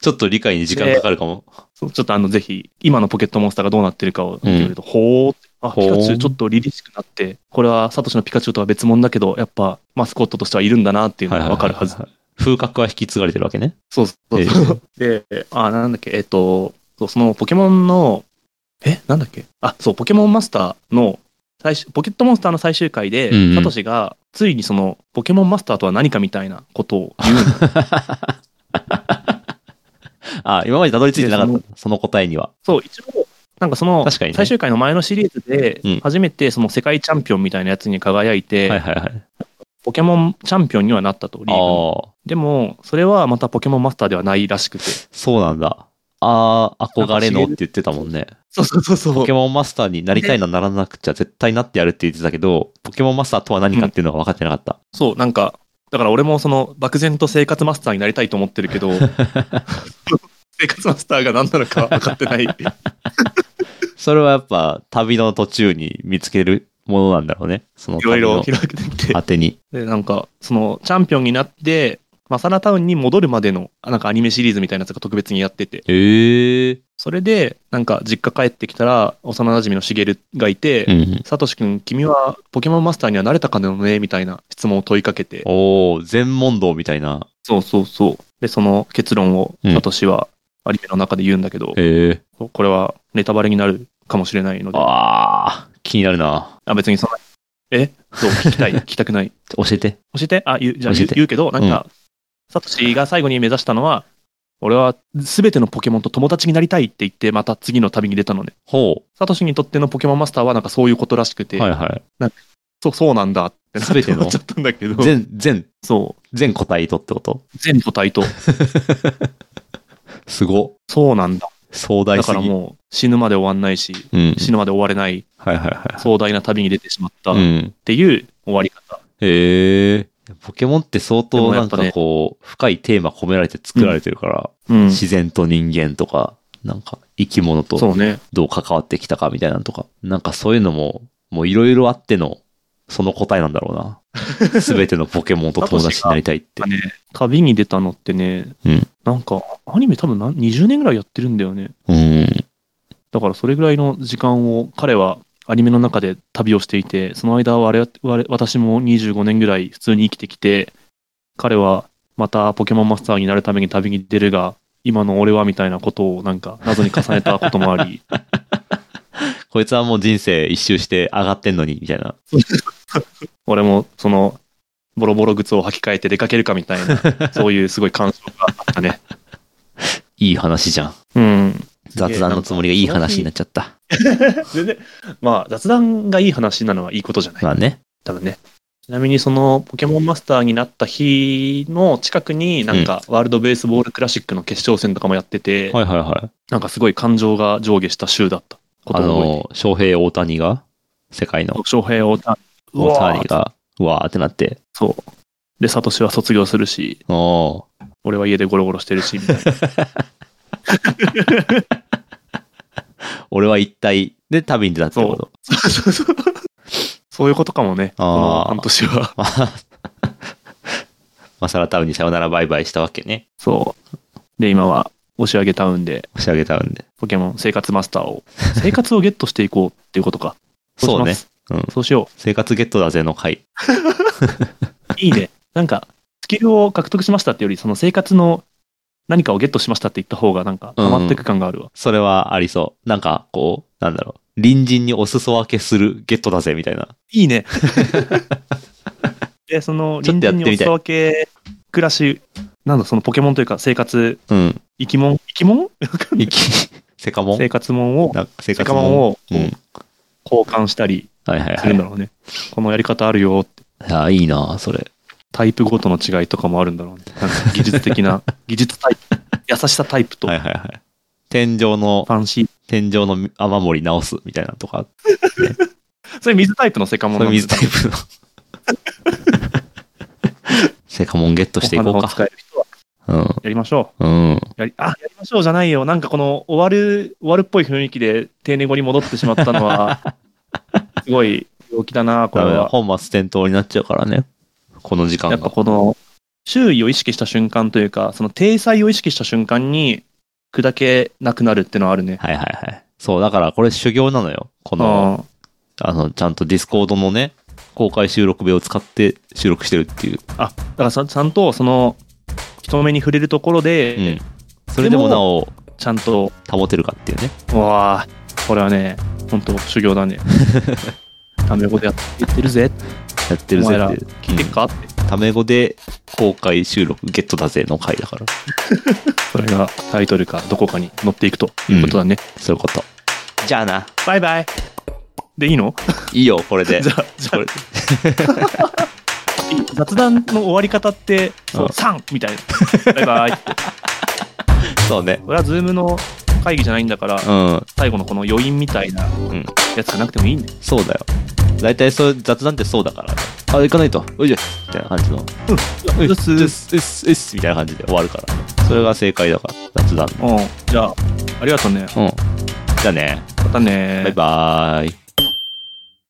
[SPEAKER 1] ちょっと理解に時間かかるかも。
[SPEAKER 2] そうちょっとあの、ぜひ、今のポケットモンスターがどうなってるかを見てみると、ほーってあ、
[SPEAKER 1] ほ
[SPEAKER 2] ピ
[SPEAKER 1] ー
[SPEAKER 2] カチュウちょっと凛々しくなって、これはサトシのピカチュウとは別物だけど、やっぱマスコットとしてはいるんだなっていうのがわかるはず
[SPEAKER 1] い。いいい風格は引き継がれてるわけね。
[SPEAKER 2] そうそうそう。 で、あ、なんだっけ、えっと、そうそのポケモンの、え、なんだっけあ、そう、ポケモンマスターの最終、ポケットモンスターの最終回で、
[SPEAKER 1] うんうん
[SPEAKER 2] サトシが、ついにその、ポケモンマスターとは何かみたいなことを 言うんだ
[SPEAKER 1] あ、今までたどり着いてなかったんだ
[SPEAKER 2] で
[SPEAKER 1] その答えには。
[SPEAKER 2] そう、一応、なんかその、
[SPEAKER 1] 確かにね
[SPEAKER 2] 最終回の前のシリーズで
[SPEAKER 1] うん、
[SPEAKER 2] 初めてその世界チャンピオンみたいなやつに輝いて、
[SPEAKER 1] はいはいはい。
[SPEAKER 2] ポケモンチャンピオンにはなったと、リーグの
[SPEAKER 1] ああ、
[SPEAKER 2] でも、それはまたポケモンマスターではないら しくて。
[SPEAKER 1] そうなんだ。ああ、憧れのって言ってたもんね。
[SPEAKER 2] そうそうそうそう
[SPEAKER 1] ポケモンマスターになりたいなならなくちゃ絶対なってやるって言ってたけど、ポケモンマスターとは何かっていうのが分かってなかった。
[SPEAKER 2] そう、なんか、だから俺もその、漠然と生活マスターになりたいと思ってる けど、生活マスターが何なのか分かってない。
[SPEAKER 1] それはやっぱ旅の途中に見つけるものなんだろうね。その
[SPEAKER 2] いろ
[SPEAKER 1] 旅
[SPEAKER 2] いろ
[SPEAKER 1] の
[SPEAKER 2] 開けてきて。
[SPEAKER 1] 当て に。
[SPEAKER 2] で、なんか、その、チャンピオンになって、マサラタウンに戻るまでの、あなんかアニメシリーズみたいなやつが特別にやってて、
[SPEAKER 1] へえ。
[SPEAKER 2] それで、なんか実家帰ってきたら、幼馴染のしげるがいて、
[SPEAKER 1] うん。
[SPEAKER 2] サトシ君、君はポケモンマスターには慣れたかのねみたいな質問を問いかけて、
[SPEAKER 1] おー、全問答みたいな。
[SPEAKER 2] そうそうそう。で、その結論を
[SPEAKER 1] うん
[SPEAKER 2] サトシはアニメの中で言うんだけど、
[SPEAKER 1] へえ。
[SPEAKER 2] これはネタバレになるかもしれないので、あ
[SPEAKER 1] あー、気になるな。
[SPEAKER 2] 別にそんな、え そう、聞きたい、聞きたくない。
[SPEAKER 1] 教えて。
[SPEAKER 2] 教えて、あ、言う、じゃあ
[SPEAKER 1] 教え
[SPEAKER 2] 言う
[SPEAKER 1] て
[SPEAKER 2] 言うけど、なんか、サトシが最後に目指したのは、俺は全てのポケモンと友達になりたいって言って、また次の旅に出たので、
[SPEAKER 1] ほ
[SPEAKER 2] サトシにとってのポケモンマスターはなんかそういうことらしくて、
[SPEAKER 1] う。はいはい。
[SPEAKER 2] そう、そうなんだってな
[SPEAKER 1] 全ての
[SPEAKER 2] 思っちゃったんだけど、
[SPEAKER 1] 全、全、
[SPEAKER 2] そう、
[SPEAKER 1] 全個体とってこと
[SPEAKER 2] 全個体と、
[SPEAKER 1] すご。
[SPEAKER 2] そうなんだ。
[SPEAKER 1] 壮大
[SPEAKER 2] だ
[SPEAKER 1] す
[SPEAKER 2] から
[SPEAKER 1] ぎ。
[SPEAKER 2] もう死ぬまで終わんないし、
[SPEAKER 1] うん。
[SPEAKER 2] 死ぬまで終われない
[SPEAKER 1] はいはいはい。
[SPEAKER 2] 壮大な旅に出てしまったっ
[SPEAKER 1] うん。
[SPEAKER 2] ていう終わり方。
[SPEAKER 1] へえ。ポケモンって相
[SPEAKER 2] で
[SPEAKER 1] 当
[SPEAKER 2] もや
[SPEAKER 1] な
[SPEAKER 2] っ
[SPEAKER 1] ん
[SPEAKER 2] ぱ
[SPEAKER 1] か
[SPEAKER 2] ね
[SPEAKER 1] こう、深いテーマ込められて作られてるから、
[SPEAKER 2] うん。
[SPEAKER 1] 自然と人間とか、なんか生き物と
[SPEAKER 2] そうね。
[SPEAKER 1] どう関わってきたかみたいなのとか、なんかそういうのも、もういろいろあっての、その答えなんだろう な。すべてのポケモンと友達になりたいって
[SPEAKER 2] なん。かね、旅に出たのってね、
[SPEAKER 1] うん
[SPEAKER 2] なんか、アニメ多分な20年ぐらいやってるんだよね。
[SPEAKER 1] うん。
[SPEAKER 2] だからそれぐらいの時間を彼はアニメの中で旅をしていて、その間は我々私も25年ぐらい普通に生きてきて、彼はまたポケモンマスターになるために旅に出るが、今の俺はみたいなことをなんか謎に重ねたこともあ り、
[SPEAKER 1] こいつはもう人生一周して上がってんのに、みたいな。
[SPEAKER 2] 俺もそのボロボロ靴を履き替えて出かけるかみたいな、そういうすごい感想があったね。
[SPEAKER 1] いい話じゃん。
[SPEAKER 2] うん。
[SPEAKER 1] 雑談のつもりがいい話になっちゃった。
[SPEAKER 2] 全然、まあ雑談がいい話なのはいいことじゃない。
[SPEAKER 1] まあね。
[SPEAKER 2] 多分ね。ちなみにそのポケモンマスターになった日の近くになんかワールドベースボールクラシックの決勝戦とかもやってて、
[SPEAKER 1] はいはいはい。
[SPEAKER 2] なんかすごい感情が上下した週だったこ
[SPEAKER 1] あ
[SPEAKER 2] とを覚えて
[SPEAKER 1] の、翔平大谷が、世界の
[SPEAKER 2] る。翔平をた
[SPEAKER 1] 大谷が、うわーってなって、
[SPEAKER 2] そう。で、サトシは卒業するし、
[SPEAKER 1] おー
[SPEAKER 2] 俺は家でゴロゴロしてるし、 みたいな。
[SPEAKER 1] 俺は一体で旅に出たってこと。
[SPEAKER 2] そうそうそういうことかもね、こ
[SPEAKER 1] あー
[SPEAKER 2] の半年は。
[SPEAKER 1] まあマサラタウンにさよならバイバイしたわけね。
[SPEAKER 2] そう。で、今は押上タウンで
[SPEAKER 1] 押し上げタウンで。
[SPEAKER 2] ポケモン生活マスターを、生活をゲットしていこうっていうことか。
[SPEAKER 1] そう
[SPEAKER 2] しま
[SPEAKER 1] ね。
[SPEAKER 2] す
[SPEAKER 1] うん
[SPEAKER 2] そうしよう。
[SPEAKER 1] 生活ゲットだぜの回。
[SPEAKER 2] いいね。なんか、スキルを獲得しましたってより、その生活の何かをゲットしましたって言った方が、なんか、
[SPEAKER 1] うん
[SPEAKER 2] 溜まってく感があるわ。
[SPEAKER 1] それはありそう。なんか、こう、なんだろう。隣人にお裾分けするゲットだぜみたいな。
[SPEAKER 2] いいね。 で、その、
[SPEAKER 1] ちょっ
[SPEAKER 2] 隣
[SPEAKER 1] とやって
[SPEAKER 2] 人
[SPEAKER 1] み
[SPEAKER 2] に
[SPEAKER 1] たい
[SPEAKER 2] お裾分け、暮らし、なんだ、そのポケモンというか、生活、
[SPEAKER 1] うん。
[SPEAKER 2] 生き物生き物
[SPEAKER 1] いき、セカモン
[SPEAKER 2] 生活物を、
[SPEAKER 1] なんか生
[SPEAKER 2] 生
[SPEAKER 1] 活
[SPEAKER 2] 活物
[SPEAKER 1] モン
[SPEAKER 2] を
[SPEAKER 1] うん。
[SPEAKER 2] 交換したり
[SPEAKER 1] はいはい
[SPEAKER 2] するん
[SPEAKER 1] は
[SPEAKER 2] だろうね。このやり方あるよって。
[SPEAKER 1] い。ああ、いいなそれ。
[SPEAKER 2] タイプごとの違いとかもあるんだろうね。なんか技術的な、技術タイプ、優しさタイプと、
[SPEAKER 1] はいはいはい。天井の
[SPEAKER 2] フ、ァンシー。
[SPEAKER 1] 天井の雨漏り直すみたいなのとか、
[SPEAKER 2] それ水タイプのセカモン
[SPEAKER 1] そう
[SPEAKER 2] ない
[SPEAKER 1] うん
[SPEAKER 2] です
[SPEAKER 1] 水
[SPEAKER 2] か
[SPEAKER 1] タイプの。セカモンゲットしていこう
[SPEAKER 2] お花を使
[SPEAKER 1] か。
[SPEAKER 2] える人は
[SPEAKER 1] うん。
[SPEAKER 2] やりましょ
[SPEAKER 1] うん。
[SPEAKER 2] う。やり、あ、やりましょうじゃないよ。なんかこの終わる、終わるっぽい雰囲気で定年後に戻ってしまった のは、すごい陽気だな、これ
[SPEAKER 1] ダメだ。
[SPEAKER 2] は。
[SPEAKER 1] 本末転倒になっちゃうからね。この時間
[SPEAKER 2] やっぱ
[SPEAKER 1] が。
[SPEAKER 2] この、周囲を意識した瞬間というか、その体裁を意識した瞬間に、砕けなくなるってのはあるね。
[SPEAKER 1] はいはいはい。そう、だからこれ修行なのよ。この、
[SPEAKER 2] あ
[SPEAKER 1] あの、ちゃんとディスコードのね、公開収録部を使って収録してるっていう。
[SPEAKER 2] あ、だからさちゃんと、その、人目に触れるところで、
[SPEAKER 1] うん。それでもなお
[SPEAKER 2] ちゃんと、
[SPEAKER 1] 保てるかっていうね。
[SPEAKER 2] うわあこれはね、本当修行 だね。タメ語でやってるぜ、
[SPEAKER 1] やってるぜ
[SPEAKER 2] お前
[SPEAKER 1] っ
[SPEAKER 2] ら
[SPEAKER 1] て。
[SPEAKER 2] 聞いてっかって。
[SPEAKER 1] うんタメ語で公開収録ゲットだぜの回だから。
[SPEAKER 2] それがタイトルかどこかに載っていくということだね。
[SPEAKER 1] そういうこと。じゃあ な。
[SPEAKER 2] バイバイでいいの
[SPEAKER 1] いいよ、これで
[SPEAKER 2] じ。ゃあ、じゃ
[SPEAKER 1] こ れ
[SPEAKER 2] あいい雑談の終わり方って、そううんサンみたいな。バイバイって。
[SPEAKER 1] そうね。
[SPEAKER 2] これはズームの会議じゃないんだから、
[SPEAKER 1] うん。
[SPEAKER 2] 最後のこの余韻みたいな
[SPEAKER 1] うん。
[SPEAKER 2] やつじゃなくてもいいね。
[SPEAKER 1] そうだよ。大体そう、雑談ってそうだからね。あ、行かないと。ういじゃ。みたいな感じの。
[SPEAKER 2] うん。
[SPEAKER 1] う
[SPEAKER 2] う
[SPEAKER 1] っ
[SPEAKER 2] っす
[SPEAKER 1] す、うっす、うっす、うっすみたいな感じで終わるから。それが正解だから。雑談の。
[SPEAKER 2] うん。じゃあ、ありがとうね。
[SPEAKER 1] うん。じゃあね。
[SPEAKER 2] またね
[SPEAKER 1] バイバーイ。